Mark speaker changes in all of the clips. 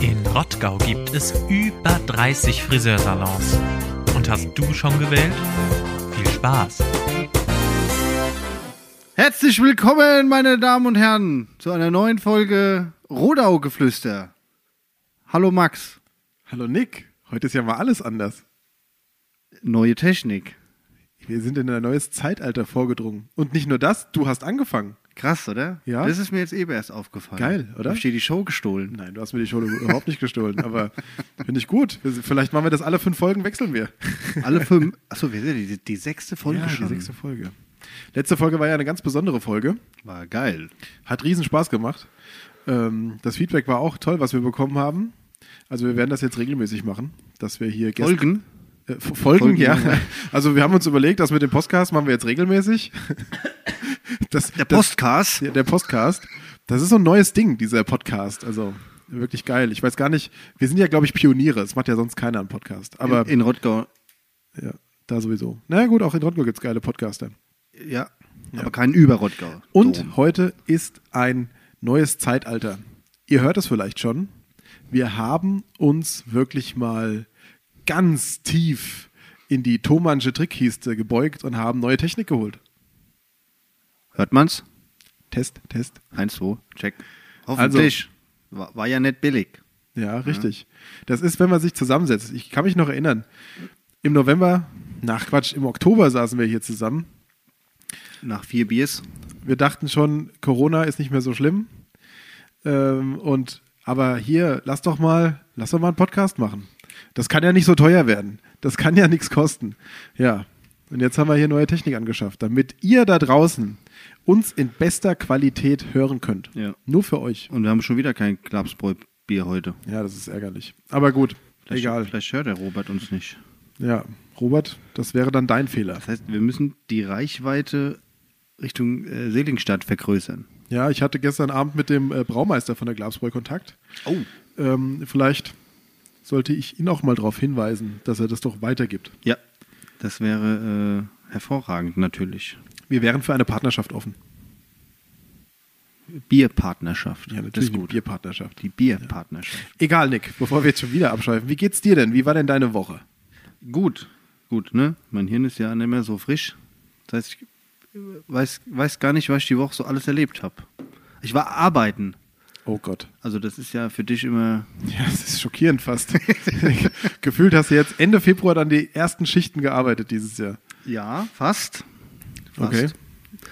Speaker 1: In Rottgau gibt es über 30 Friseursalons. Und hast du schon gewählt? Viel Spaß!
Speaker 2: Herzlich willkommen, meine Damen und Herren, zu einer neuen Folge Rodau-Geflüster. Hallo Max,
Speaker 3: Hallo Nick, heute ist ja mal alles anders.
Speaker 2: neue Technik.
Speaker 3: Wir sind in ein neues Zeitalter vorgedrungen. Und nicht nur das, du hast angefangen.
Speaker 2: Krass, oder?
Speaker 3: Ja.
Speaker 2: Das ist mir jetzt eben erst aufgefallen.
Speaker 3: Geil, oder?
Speaker 2: Hab ich dir die Show gestohlen.
Speaker 3: Nein, du hast mir die Schule überhaupt nicht gestohlen, aber finde ich gut. Wir- Vielleicht machen wir das alle fünf Folgen, wechseln wir.
Speaker 2: Alle fünf. Achso, wir sind ja die, die sechste Folge
Speaker 3: ja, die
Speaker 2: schon.
Speaker 3: sechste Folge. Letzte Folge war ja eine ganz besondere Folge.
Speaker 2: War geil.
Speaker 3: Hat riesen Spaß gemacht. Ähm, das Feedback war auch toll, was wir bekommen haben. Also wir werden das jetzt regelmäßig machen, dass wir hier Gäste-
Speaker 2: Folgen?
Speaker 3: Äh, F- Folgen,
Speaker 2: Folgen,
Speaker 3: ja.
Speaker 2: ja.
Speaker 3: Also wir haben uns überlegt, das mit dem Podcast machen wir jetzt regelmäßig. Das,
Speaker 2: Der
Speaker 3: das-
Speaker 2: Postcast.
Speaker 3: Ja, der Podcast. Das ist so ein neues Ding, dieser Podcast. Also wirklich geil. Ich weiß gar nicht, wir sind ja, glaube ich, Pioniere. Es macht ja sonst keiner einen Podcast. Aber
Speaker 2: in, in Rottgau.
Speaker 3: ja, da sowieso. Na naja, gut, auch in Rottgau gibt es geile Podcaster.
Speaker 2: Ja. Aber kein über Rottgau.
Speaker 3: Und
Speaker 2: So.
Speaker 3: heute ist ein neues Zeitalter. Ihr hört es vielleicht schon. Wir haben uns wirklich mal ganz tief in die Thomansche Trickkiste gebeugt und haben neue Technik geholt.
Speaker 2: Hört man's?
Speaker 3: Test, Test.
Speaker 2: Eins, zwei, check. Hoffentlich.
Speaker 3: Also.
Speaker 2: war, war ja nicht billig.
Speaker 3: Ja, richtig. Das ist, wenn man sich zusammensetzt. Ich kann mich noch erinnern. Im November, nach Quatsch, im Oktober saßen wir hier zusammen.
Speaker 2: Nach vier Biers.
Speaker 3: Wir dachten schon, Corona ist nicht mehr so schlimm. Ähm, und aber hier, lass doch mal, lass doch mal einen Podcast machen. Das kann ja nicht so teuer werden. Das kann ja nichts kosten. Ja. Und jetzt haben wir hier neue Technik angeschafft, damit ihr da draußen uns in bester Qualität hören könnt.
Speaker 2: Ja.
Speaker 3: Nur für euch.
Speaker 2: Und wir haben schon wieder kein Klapsbräu-Bier heute.
Speaker 3: Ja, das ist ärgerlich. Aber gut,
Speaker 2: Vielleicht,
Speaker 3: egal.
Speaker 2: Vielleicht hört der Robert uns nicht.
Speaker 3: Ja, Robert, das wäre dann dein Fehler.
Speaker 2: Das heißt, wir müssen die Reichweite Richtung äh, Seligenstadt vergrößern.
Speaker 3: Ja, ich hatte gestern Abend mit dem äh, Braumeister von der Glabsbräu Kontakt.
Speaker 2: Oh.
Speaker 3: Ähm, vielleicht sollte ich ihn auch mal darauf hinweisen, dass er das doch weitergibt.
Speaker 2: Ja, das wäre äh, hervorragend natürlich.
Speaker 3: Wir wären für eine Partnerschaft offen.
Speaker 2: Bierpartnerschaft. das ist
Speaker 3: eine
Speaker 2: gut.
Speaker 3: Bierpartnerschaft.
Speaker 2: die Bierpartnerschaft.
Speaker 3: Egal, Nick, bevor wir jetzt schon wieder abschweifen, wie geht's dir denn? Wie war denn deine Woche?
Speaker 2: Gut, gut, ne? Mein Hirn ist ja nicht mehr so frisch. Das heißt, ich äh, weiß, weiß gar nicht, was ich die Woche so alles erlebt habe. Ich war arbeiten.
Speaker 3: Oh Gott.
Speaker 2: Also das ist ja für dich immer
Speaker 3: Ja, das ist schockierend fast. Gefühlt hast du jetzt Ende Februar dann die ersten Schichten gearbeitet dieses Jahr.
Speaker 2: ja fast. fast.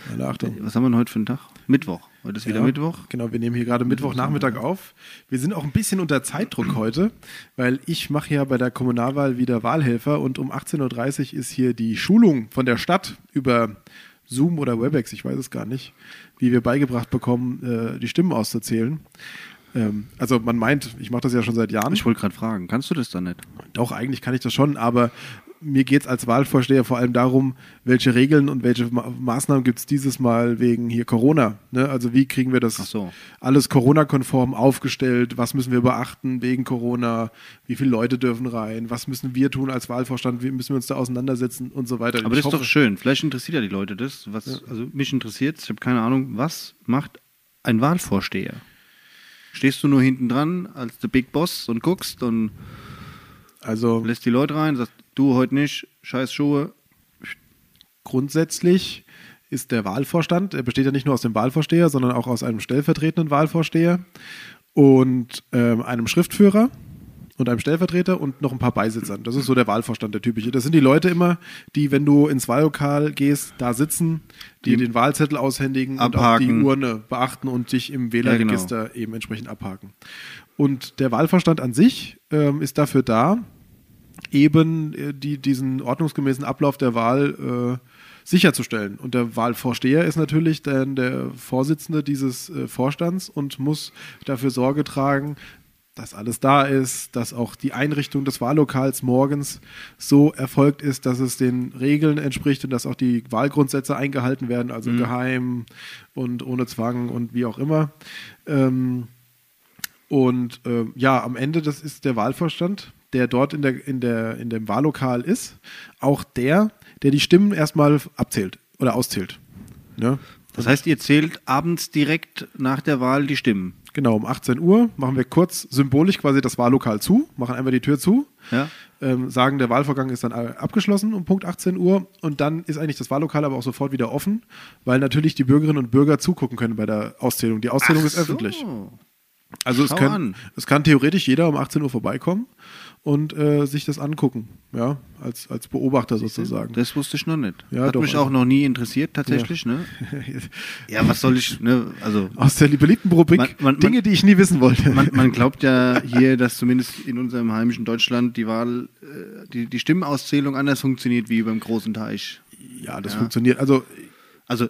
Speaker 3: Meine Achtung.
Speaker 2: Was haben wir denn heute für einen Tag? Mittwoch. Heute ist wieder
Speaker 3: Ja,
Speaker 2: Mittwoch.
Speaker 3: Genau, wir nehmen hier gerade Mittwochnachmittag auf. Wir sind auch ein bisschen unter Zeitdruck heute, weil ich mache ja bei der Kommunalwahl wieder Wahlhelfer und um 18.30 Uhr ist hier die Schulung von der Stadt über Zoom oder Webex, ich weiß es gar nicht, wie wir beigebracht bekommen, äh, die Stimmen auszuzählen. Ähm, Also man meint, ich mache das ja schon seit Jahren.
Speaker 2: Ich wollte gerade fragen, kannst du das dann nicht?
Speaker 3: Doch, eigentlich kann ich das schon, aber mir geht es als Wahlvorsteher vor allem darum, welche Regeln und welche Ma Maßnahmen gibt es dieses Mal wegen hier Corona. Ne? Also wie kriegen wir das
Speaker 2: Ach so.
Speaker 3: alles Corona-konform aufgestellt? Was müssen wir beachten wegen Corona? Wie viele Leute dürfen rein? Was müssen wir tun als Wahlvorstand? Wie müssen wir uns da auseinandersetzen und so weiter?
Speaker 2: Aber
Speaker 3: Ich
Speaker 2: das ist
Speaker 3: hoffe-
Speaker 2: doch schön. Vielleicht interessiert ja die Leute das. Was, Also mich interessiert, ich habe keine Ahnung, was macht ein Wahlvorsteher? Stehst du nur hinten dran als der Big Boss und guckst und
Speaker 3: also
Speaker 2: lässt die Leute rein, sagst du heute nicht, scheiß Schuhe.
Speaker 3: grundsätzlich ist der Wahlvorstand, er besteht ja nicht nur aus dem Wahlvorsteher, sondern auch aus einem stellvertretenden Wahlvorsteher und ähm, einem Schriftführer und einem Stellvertreter und noch ein paar Beisitzern. Das ist so der Wahlvorstand, der typische. Das sind die Leute immer, die, wenn du ins Wahllokal gehst, da sitzen, die, den Wahlzettel aushändigen und auch
Speaker 2: Abhaken.
Speaker 3: die Urne beachten und dich im Wählerregister eben entsprechend abhaken. Und der Wahlvorstand an sich ähm, ist dafür da, eben äh, die, diesen ordnungsgemäßen Ablauf der Wahl äh, sicherzustellen. Und der Wahlvorsteher ist natürlich dann der Vorsitzende dieses äh, Vorstands und muss dafür Sorge tragen, dass alles da ist, dass auch die Einrichtung des Wahllokals morgens so erfolgt ist, dass es den Regeln entspricht und dass auch die Wahlgrundsätze eingehalten werden, also geheim und ohne Zwang und wie auch immer. Ähm, und ähm, ja, am Ende, das ist der Wahlvorstand, der dort in, der, in, der, in dem Wahllokal ist, auch der, der die Stimmen erstmal abzählt oder auszählt. Ne?
Speaker 2: Das heißt, ihr zählt abends direkt nach der Wahl die Stimmen.
Speaker 3: Genau, um 18 Uhr machen wir kurz symbolisch quasi das Wahllokal zu, machen einfach die Tür zu,
Speaker 2: Ja.
Speaker 3: ähm, sagen, der Wahlvorgang ist dann abgeschlossen um Punkt 18 Uhr und dann ist eigentlich das Wahllokal aber auch sofort wieder offen, weil natürlich die Bürgerinnen und Bürger zugucken können bei der Auszählung. Die Auszählung ist öffentlich.
Speaker 2: So.
Speaker 3: Also es
Speaker 2: Schau
Speaker 3: kann,
Speaker 2: an.
Speaker 3: es kann theoretisch jeder um 18 Uhr vorbeikommen und äh, sich das angucken, ja, als, als Beobachter sozusagen.
Speaker 2: Das wusste ich noch nicht.
Speaker 3: Ja,
Speaker 2: Hat
Speaker 3: doch,
Speaker 2: mich
Speaker 3: also-
Speaker 2: auch noch nie interessiert, tatsächlich, ne? Ja, was soll ich, ne? Also,
Speaker 3: Aus der beliebten Rubrik
Speaker 2: Man- man- man-
Speaker 3: Dinge, die ich nie wissen wollte.
Speaker 2: man, man glaubt ja hier, dass zumindest in unserem heimischen Deutschland die Wahl, äh, die, die Stimmenauszählung anders funktioniert wie beim großen Teich.
Speaker 3: ja, das
Speaker 2: Ja.
Speaker 3: funktioniert. Also
Speaker 2: Also,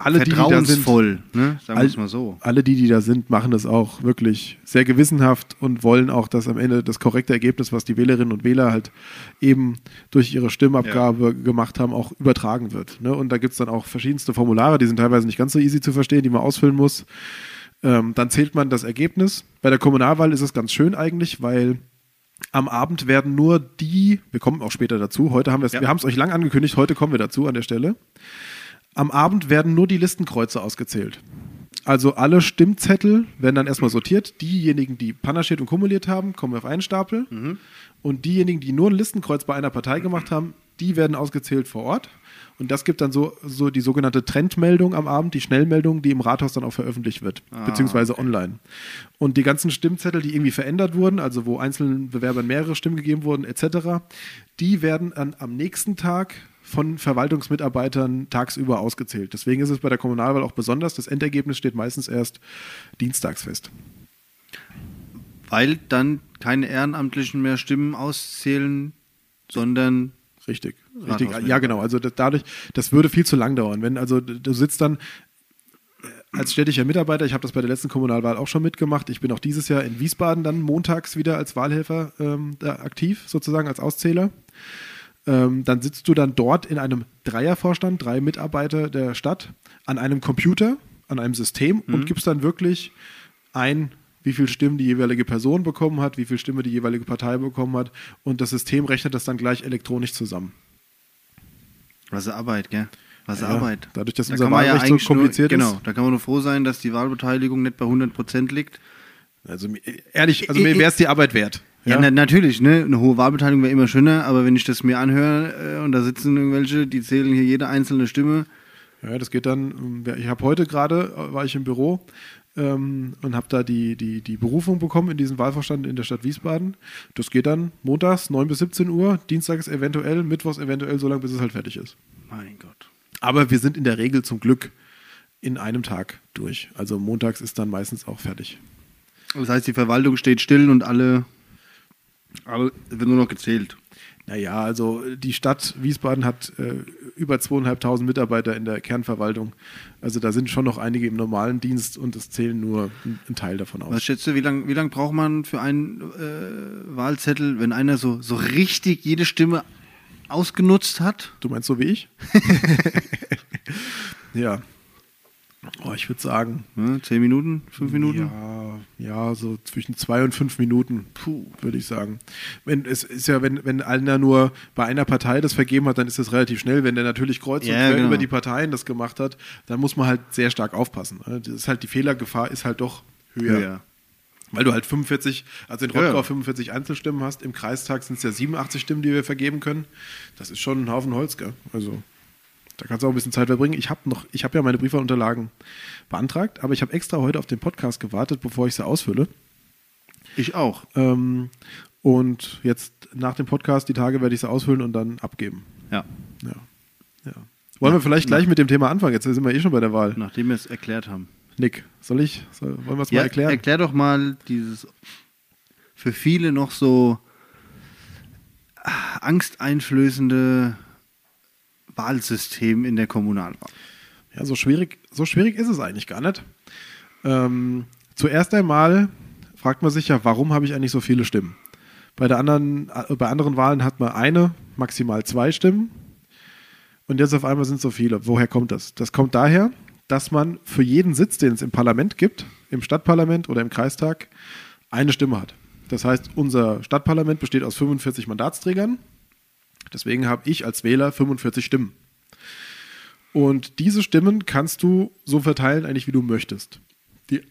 Speaker 3: alle, die, die da sind,
Speaker 2: vertrauensvoll, ne? Sagen wir
Speaker 3: All-
Speaker 2: es mal so.
Speaker 3: Alle, die, die da sind, machen das auch wirklich sehr gewissenhaft und wollen auch, dass am Ende das korrekte Ergebnis, was die Wählerinnen und Wähler halt eben durch ihre Stimmabgabe gemacht haben, auch übertragen wird. Ne? Und da gibt es dann auch verschiedenste Formulare, die sind teilweise nicht ganz so easy zu verstehen, die man ausfüllen muss. Ähm, dann zählt man das Ergebnis. Bei der Kommunalwahl ist es ganz schön eigentlich, weil am Abend werden nur die, wir kommen auch später dazu, heute haben wir es,
Speaker 2: Ja.
Speaker 3: wir haben es euch lang angekündigt, heute kommen wir dazu an der Stelle. Am Abend werden nur die Listenkreuze ausgezählt. Also alle Stimmzettel werden dann erstmal sortiert. Diejenigen, die panaschiert und kumuliert haben, kommen auf einen Stapel. Und diejenigen, die nur ein Listenkreuz bei einer Partei gemacht haben, die werden ausgezählt vor Ort. Und das gibt dann so, so die sogenannte Trendmeldung am Abend, die Schnellmeldung, die im Rathaus dann auch veröffentlicht wird, beziehungsweise online. Und die ganzen Stimmzettel, die irgendwie verändert wurden, also wo einzelnen Bewerbern mehrere Stimmen gegeben wurden, etc., die werden dann am nächsten Tag von Verwaltungsmitarbeitern tagsüber ausgezählt. Deswegen ist es bei der Kommunalwahl auch besonders. Das Endergebnis steht meistens erst dienstags fest.
Speaker 2: Weil dann keine Ehrenamtlichen mehr Stimmen auszählen, sondern
Speaker 3: Richtig. Richtig.
Speaker 2: Rathaus-
Speaker 3: Ja, genau. Also das, dadurch, das würde viel zu lang dauern. Wenn, also d- du sitzt dann äh, als städtischer Mitarbeiter, ich habe das bei der letzten Kommunalwahl auch schon mitgemacht, ich bin auch dieses Jahr in Wiesbaden dann montags wieder als Wahlhelfer ähm, da aktiv, sozusagen als Auszähler. Ähm, dann sitzt du dann dort in einem Dreiervorstand, drei Mitarbeiter der Stadt, an einem Computer, an einem System und gibst dann wirklich ein, wie viel Stimmen die jeweilige Person bekommen hat, wie viel Stimme die jeweilige Partei bekommen hat und das System rechnet das dann gleich elektronisch zusammen.
Speaker 2: was Arbeit, gell? Was
Speaker 3: Ja,
Speaker 2: Arbeit.
Speaker 3: dadurch, dass
Speaker 2: Da
Speaker 3: unser
Speaker 2: kann man
Speaker 3: Wahlrecht so
Speaker 2: eigentlich
Speaker 3: kompliziert
Speaker 2: nur,
Speaker 3: ist.
Speaker 2: Genau, da kann man nur froh sein, dass die Wahlbeteiligung nicht bei 100% liegt.
Speaker 3: Also mi- ehrlich, also
Speaker 2: Ich-
Speaker 3: mir
Speaker 2: ich-
Speaker 3: wäre es die Arbeit wert.
Speaker 2: Ja, na, natürlich, ne? Eine hohe Wahlbeteiligung wäre immer schöner, aber wenn ich das mir anhöre äh, und da sitzen irgendwelche, die zählen hier jede einzelne Stimme.
Speaker 3: Ja, das geht dann. ähm, Ich habe heute gerade, äh, war ich im Büro ähm, und habe da die, die, die Berufung bekommen in diesen Wahlvorstand in der Stadt Wiesbaden. Das geht dann montags 9 bis 17 Uhr, dienstags eventuell, mittwochs eventuell, so lange bis es halt fertig ist.
Speaker 2: Mein Gott.
Speaker 3: Aber wir sind in der Regel zum Glück in einem Tag durch. Also montags ist dann meistens auch fertig.
Speaker 2: Das heißt, die Verwaltung steht still und alle, alle wird nur noch gezählt.
Speaker 3: Naja, also äh, die Stadt Wiesbaden hat äh, über zweieinhalbtausend Mitarbeiter in der Kernverwaltung. Also da sind schon noch einige im normalen Dienst und es zählen nur ein, ein Teil davon aus.
Speaker 2: Was schätzt du, wie lange wie lang braucht man für einen äh, Wahlzettel, wenn einer so, so richtig jede Stimme ausgenutzt hat?
Speaker 3: Du meinst so wie ich? ja. Oh, ich würde sagen,
Speaker 2: Ne? Zehn Minuten, fünf Minuten?
Speaker 3: Ja, ja, so zwischen zwei und fünf Minuten, würde ich sagen. Wenn, es ist ja, wenn, wenn einer nur bei einer Partei das vergeben hat, dann ist das relativ schnell. Wenn der natürlich kreuz und
Speaker 2: Ja,
Speaker 3: quer
Speaker 2: genau.
Speaker 3: über die Parteien das gemacht hat, dann muss man halt sehr stark aufpassen. Das ist halt die Fehlergefahr ist halt doch höher.
Speaker 2: Höher.
Speaker 3: Weil du halt 45, also in
Speaker 2: Ja, ja.
Speaker 3: Rottgau 45 Einzelstimmen hast, im Kreistag sind es ja 87 Stimmen, die wir vergeben können. Das ist schon ein Haufen Holz, gell? Also da kannst du auch ein bisschen Zeit verbringen. Ich habe noch, ich habe ja meine Briefwahlunterlagen beantragt, aber ich habe extra heute auf den Podcast gewartet, bevor ich sie ausfülle.
Speaker 2: Ich auch.
Speaker 3: Ähm, und jetzt nach dem Podcast, die Tage werde ich sie ausfüllen und dann abgeben.
Speaker 2: Ja.
Speaker 3: Ja. ja. Wollen wir vielleicht gleich mit dem Thema anfangen? Jetzt sind wir eh schon bei der Wahl.
Speaker 2: Nachdem wir es erklärt haben.
Speaker 3: Nick, soll ich? Soll, wollen wir es mal erklären?
Speaker 2: Erklär doch mal dieses für viele noch so ah, angsteinflößende Wahlsystem in der Kommunalwahl.
Speaker 3: Ja, so schwierig, so schwierig ist es eigentlich gar nicht. Ähm, zuerst einmal fragt man sich ja, warum habe ich eigentlich so viele Stimmen? Bei, der anderen, äh, bei anderen Wahlen hat man eine, maximal zwei Stimmen. Und jetzt auf einmal sind so viele. Woher kommt das? Das kommt daher, dass man für jeden Sitz, den es im Parlament gibt, im Stadtparlament oder im Kreistag, eine Stimme hat. Das heißt, unser Stadtparlament besteht aus 45 Mandatsträgern. Deswegen habe ich als Wähler 45 Stimmen. Und diese Stimmen kannst du so verteilen, eigentlich wie du möchtest. Die,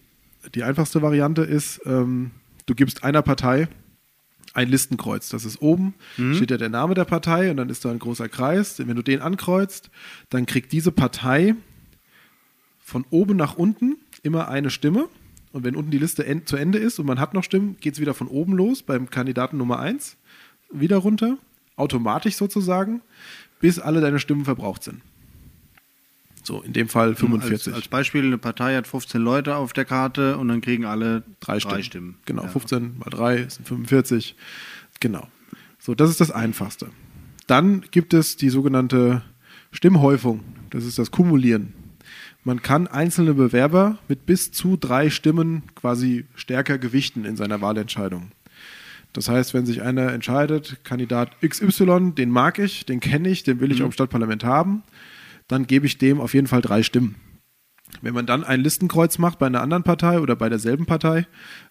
Speaker 3: die einfachste Variante ist, ähm, du gibst einer Partei ein Listenkreuz. Das ist oben,
Speaker 2: Mhm.
Speaker 3: steht ja der Name der Partei und dann ist da ein großer Kreis. Wenn du den ankreuzt, dann kriegt diese Partei von oben nach unten immer eine Stimme. Und wenn unten die Liste en zu Ende ist und man hat noch Stimmen, geht es wieder von oben los beim Kandidaten Nummer 1 wieder runter, automatisch sozusagen, bis alle deine Stimmen verbraucht sind. So, in dem Fall 45.
Speaker 2: Hm, also Als, als Beispiel, eine Partei hat 15 Leute auf der Karte und dann kriegen alle
Speaker 3: drei Stimmen.
Speaker 2: Stimmen.
Speaker 3: Genau,
Speaker 2: Ja.
Speaker 3: 15 mal 3 sind 45. Genau. So, das ist das Einfachste. Dann gibt es die sogenannte Stimmhäufung. Das ist das Kumulieren. Man kann einzelne Bewerber mit bis zu drei Stimmen quasi stärker gewichten in seiner Wahlentscheidung. Das heißt, wenn sich einer entscheidet, Kandidat XY, den mag ich, den kenne ich, den will
Speaker 2: Mhm.
Speaker 3: ich auch im Stadtparlament haben, dann gebe ich dem auf jeden Fall drei Stimmen. Wenn man dann ein Listenkreuz macht bei einer anderen Partei oder bei derselben Partei,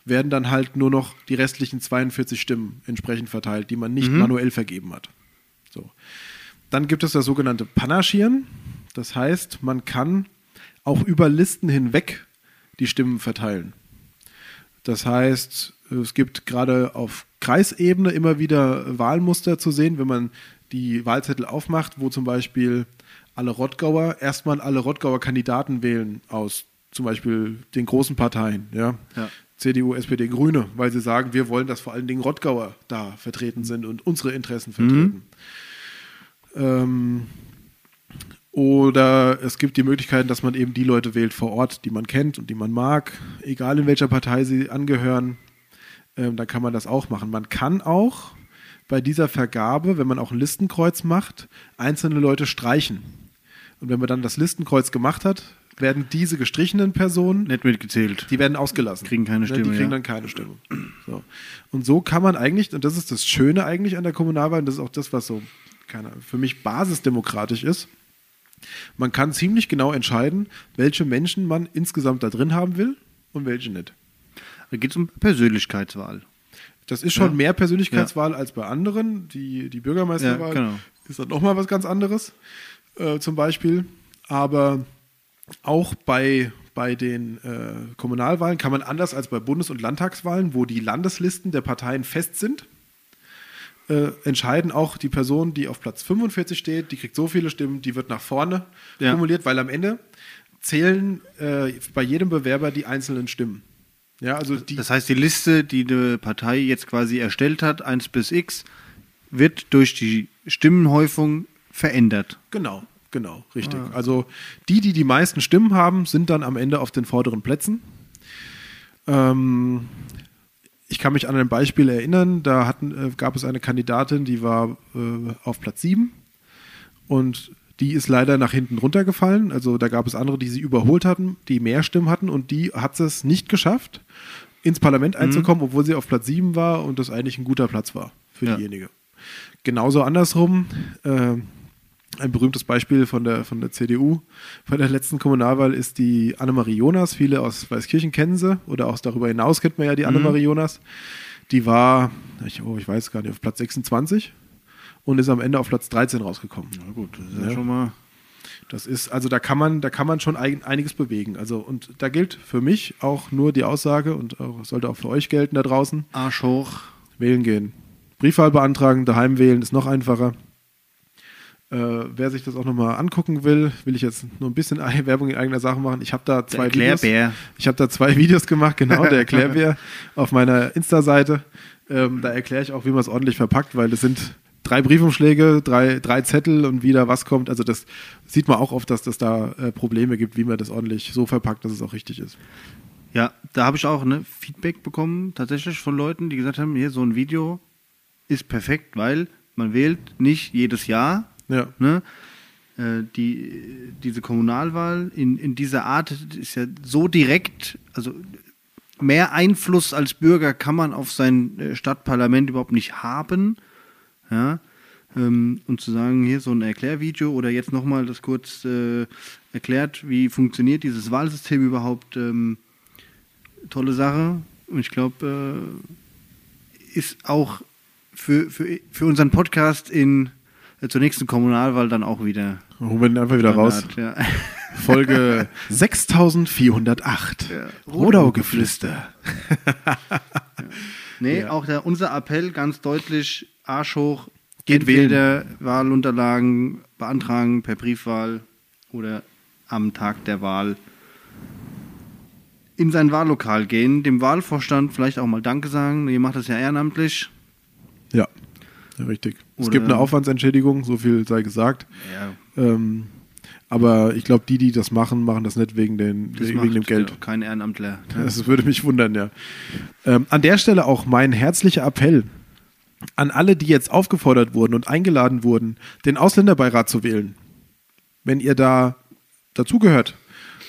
Speaker 3: werden dann halt nur noch die restlichen 42 Stimmen entsprechend verteilt, die man nicht manuell vergeben hat. So. Dann gibt es das sogenannte Panaschieren. Das heißt, man kann auch über Listen hinweg die Stimmen verteilen. Das heißt, es gibt gerade auf Kreisebene immer wieder Wahlmuster zu sehen, wenn man die Wahlzettel aufmacht, wo zum Beispiel alle Rottgauer erstmal alle Rottgauer Kandidaten wählen aus zum Beispiel den großen Parteien, ja.
Speaker 2: Ja.
Speaker 3: CDU, SPD, Grüne, weil sie sagen, wir wollen, dass vor allen Dingen Rottgauer da vertreten sind und unsere Interessen vertreten. Ähm, oder es gibt die Möglichkeit, dass man eben die Leute wählt vor Ort, die man kennt und die man mag, egal in welcher Partei sie angehören. Ähm, dann kann man das auch machen. Man kann auch bei dieser Vergabe, wenn man auch ein Listenkreuz macht, einzelne Leute streichen. Und wenn man dann das Listenkreuz gemacht hat, werden diese gestrichenen Personen
Speaker 2: Nicht mitgezählt.
Speaker 3: die werden ausgelassen.
Speaker 2: Kriegen keine
Speaker 3: Ne, Die
Speaker 2: Stimme,
Speaker 3: kriegen
Speaker 2: ja.
Speaker 3: dann keine Stimme. So. Und so kann man eigentlich, und das ist das Schöne eigentlich an der Kommunalwahl, und das ist auch das, was so keine, Ahnung, für mich basisdemokratisch ist. Man kann ziemlich genau entscheiden, welche Menschen man insgesamt da drin haben will und welche nicht.
Speaker 2: Da geht es um Persönlichkeitswahl.
Speaker 3: Das ist schon
Speaker 2: Ja.
Speaker 3: mehr Persönlichkeitswahl als bei anderen. Die, die Bürgermeisterwahl
Speaker 2: Ja, genau.
Speaker 3: ist dann nochmal was ganz anderes, äh, zum Beispiel. Aber auch bei, bei den äh, Kommunalwahlen kann man anders als bei Bundes- und Landtagswahlen, wo die Landeslisten der Parteien fest sind, äh, entscheiden auch die Person, die auf Platz 45 steht, die kriegt so viele Stimmen, die wird nach vorne
Speaker 2: Ja.
Speaker 3: kumuliert, weil am Ende zählen äh, bei jedem Bewerber die einzelnen Stimmen. Ja, also die
Speaker 2: Das heißt, die Liste, die die Partei jetzt quasi erstellt hat, 1 bis x, wird durch die Stimmenhäufung verändert.
Speaker 3: Genau, genau, richtig. Also die, die die meisten Stimmen haben, sind dann am Ende auf den vorderen Plätzen. Ähm, ich kann mich an ein Beispiel erinnern, da hatten, äh, gab es eine Kandidatin, die war äh, auf Platz 7 und die ist leider nach hinten runtergefallen. Also da gab es andere, die sie überholt hatten, die mehr Stimmen hatten und die hat es nicht geschafft, ins Parlament einzukommen, obwohl sie auf Platz 7 war und das eigentlich ein guter Platz war für
Speaker 2: Ja.
Speaker 3: diejenige. Genauso andersrum, äh, ein berühmtes Beispiel von der, von der CDU bei der letzten Kommunalwahl ist die Annemarie Jonas. Viele aus Weißkirchen kennen sie oder auch darüber hinaus kennt man ja die Annemarie Jonas. Die war, ich, oh, ich weiß gar nicht, auf Platz 26 und ist am Ende auf Platz 13 rausgekommen.
Speaker 2: Na gut, das ist
Speaker 3: Ja.
Speaker 2: Also mal.
Speaker 3: Das ist, also da kann man, da kann man schon ein, einiges bewegen. Also, und da gilt für mich auch nur die Aussage und auch, sollte auch für euch gelten da draußen.
Speaker 2: Arsch hoch.
Speaker 3: Wählen gehen. Briefwahl beantragen, daheim wählen ist noch einfacher. Äh, wer sich das auch nochmal angucken will, will ich jetzt nur ein bisschen Ei- Werbung in eigener Sache machen. Ich habe da zwei
Speaker 2: Erklärbär.
Speaker 3: Videos. Ich habe da zwei Videos gemacht, genau, der Erklärbär auf meiner Insta-Seite. Ähm, da erkläre ich auch, wie man es ordentlich verpackt, weil es sind drei Briefumschläge, drei, drei Zettel und wieder was kommt. Also das sieht man auch oft, dass das da äh, Probleme gibt, wie man das ordentlich so verpackt, dass es auch richtig ist.
Speaker 2: Ja, da habe ich auch ne, Feedback bekommen, tatsächlich von Leuten, die gesagt haben, hier so ein Video ist perfekt, weil man wählt nicht jedes Jahr.
Speaker 3: Ja.
Speaker 2: Ne? Äh, Die, diese Kommunalwahl in, in dieser Art ist ja so direkt, also mehr Einfluss als Bürger kann man auf sein äh, Stadtparlament überhaupt nicht haben. Ja? Ähm, und zu sagen, hier so ein Erklärvideo oder jetzt nochmal das kurz äh, erklärt, wie funktioniert dieses Wahlsystem überhaupt, ähm, tolle Sache. Und ich glaube, äh, ist auch für, für, für unseren Podcast in, äh, zur nächsten Kommunalwahl dann auch wieder
Speaker 3: Holen wir den einfach wieder raus.
Speaker 2: Standard, Ja.
Speaker 3: Folge 6408.
Speaker 2: Ja.
Speaker 3: Rodau-Geflüster.
Speaker 2: Nee, auch der, unser Appell ganz deutlich, Arsch hoch,
Speaker 3: Geht
Speaker 2: entweder Wahlunterlagen beantragen per Briefwahl oder am Tag der Wahl in sein Wahllokal gehen, dem Wahlvorstand vielleicht auch mal Danke sagen, ihr macht das ja ehrenamtlich.
Speaker 3: Ja, ja richtig. es
Speaker 2: Oder-
Speaker 3: gibt eine Aufwandsentschädigung, so viel sei gesagt.
Speaker 2: Ja,
Speaker 3: Ähm, aber ich glaube, die, die das machen, machen das nicht wegen, den,
Speaker 2: das
Speaker 3: wegen
Speaker 2: macht
Speaker 3: dem Geld.
Speaker 2: ja Kein Ehrenamtler.
Speaker 3: Das würde mich wundern, ja. Ähm, an der Stelle auch mein herzlicher Appell an alle, die jetzt aufgefordert wurden und eingeladen wurden, den Ausländerbeirat zu wählen. Wenn ihr da dazugehört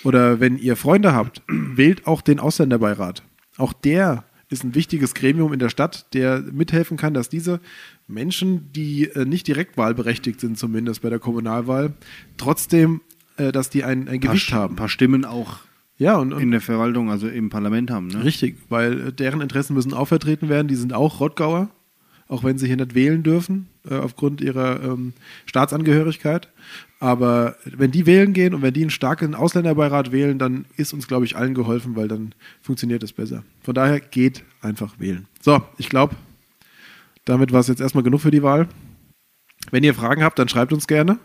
Speaker 3: oder wenn ihr Freunde habt, wählt auch den Ausländerbeirat. Auch der ist ein wichtiges Gremium in der Stadt, der mithelfen kann, dass diese Menschen, die äh, nicht direkt wahlberechtigt sind, zumindest bei der Kommunalwahl, trotzdem, äh, dass die ein, ein Gewicht
Speaker 2: Ein
Speaker 3: haben.
Speaker 2: paar Stimmen auch
Speaker 3: Ja, und, und
Speaker 2: in der Verwaltung, also im Parlament haben. Ne?
Speaker 3: Richtig, weil äh, deren Interessen müssen auch vertreten werden. Die sind auch Rottgauer, auch wenn sie hier nicht wählen dürfen, äh, aufgrund ihrer ähm, Staatsangehörigkeit. Aber wenn die wählen gehen und wenn die einen starken Ausländerbeirat wählen, dann ist uns, glaube ich, allen geholfen, weil dann funktioniert es besser. Von daher geht einfach wählen. So, ich glaube, damit war es jetzt erstmal genug für die Wahl. Wenn ihr Fragen habt, dann schreibt uns gerne.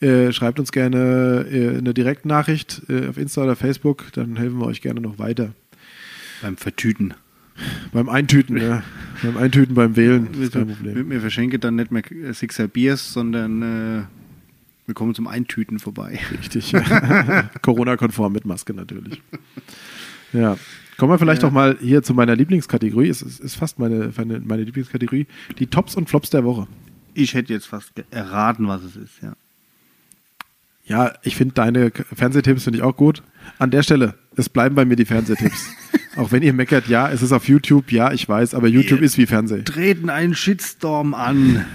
Speaker 3: Äh, schreibt uns gerne äh, eine Direktnachricht äh, auf Insta oder Facebook, dann helfen wir euch gerne noch weiter.
Speaker 2: Beim Vertüten.
Speaker 3: Beim Eintüten, ja. beim Eintüten, beim Wählen. Ist kein Problem.
Speaker 2: Mit mir verschenke dann nicht mehr äh, Sixer Biers, sondern äh, wir kommen zum Eintüten vorbei.
Speaker 3: Richtig. Corona-konform mit Maske natürlich. Ja. Kommen wir vielleicht
Speaker 2: Ja.
Speaker 3: doch mal hier zu meiner Lieblingskategorie. Es ist, ist fast meine, meine, meine Lieblingskategorie. Die Tops und Flops der Woche.
Speaker 2: Ich hätte jetzt fast ge- erraten, was es ist, ja.
Speaker 3: Ja, ich finde deine K- Fernsehtipps finde ich auch gut. An der Stelle, es bleiben bei mir die Fernsehtipps. auch wenn ihr meckert, ja, es ist auf YouTube, ja, ich weiß, aber YouTube ist wie Fernsehen.
Speaker 2: Treten einen Shitstorm an.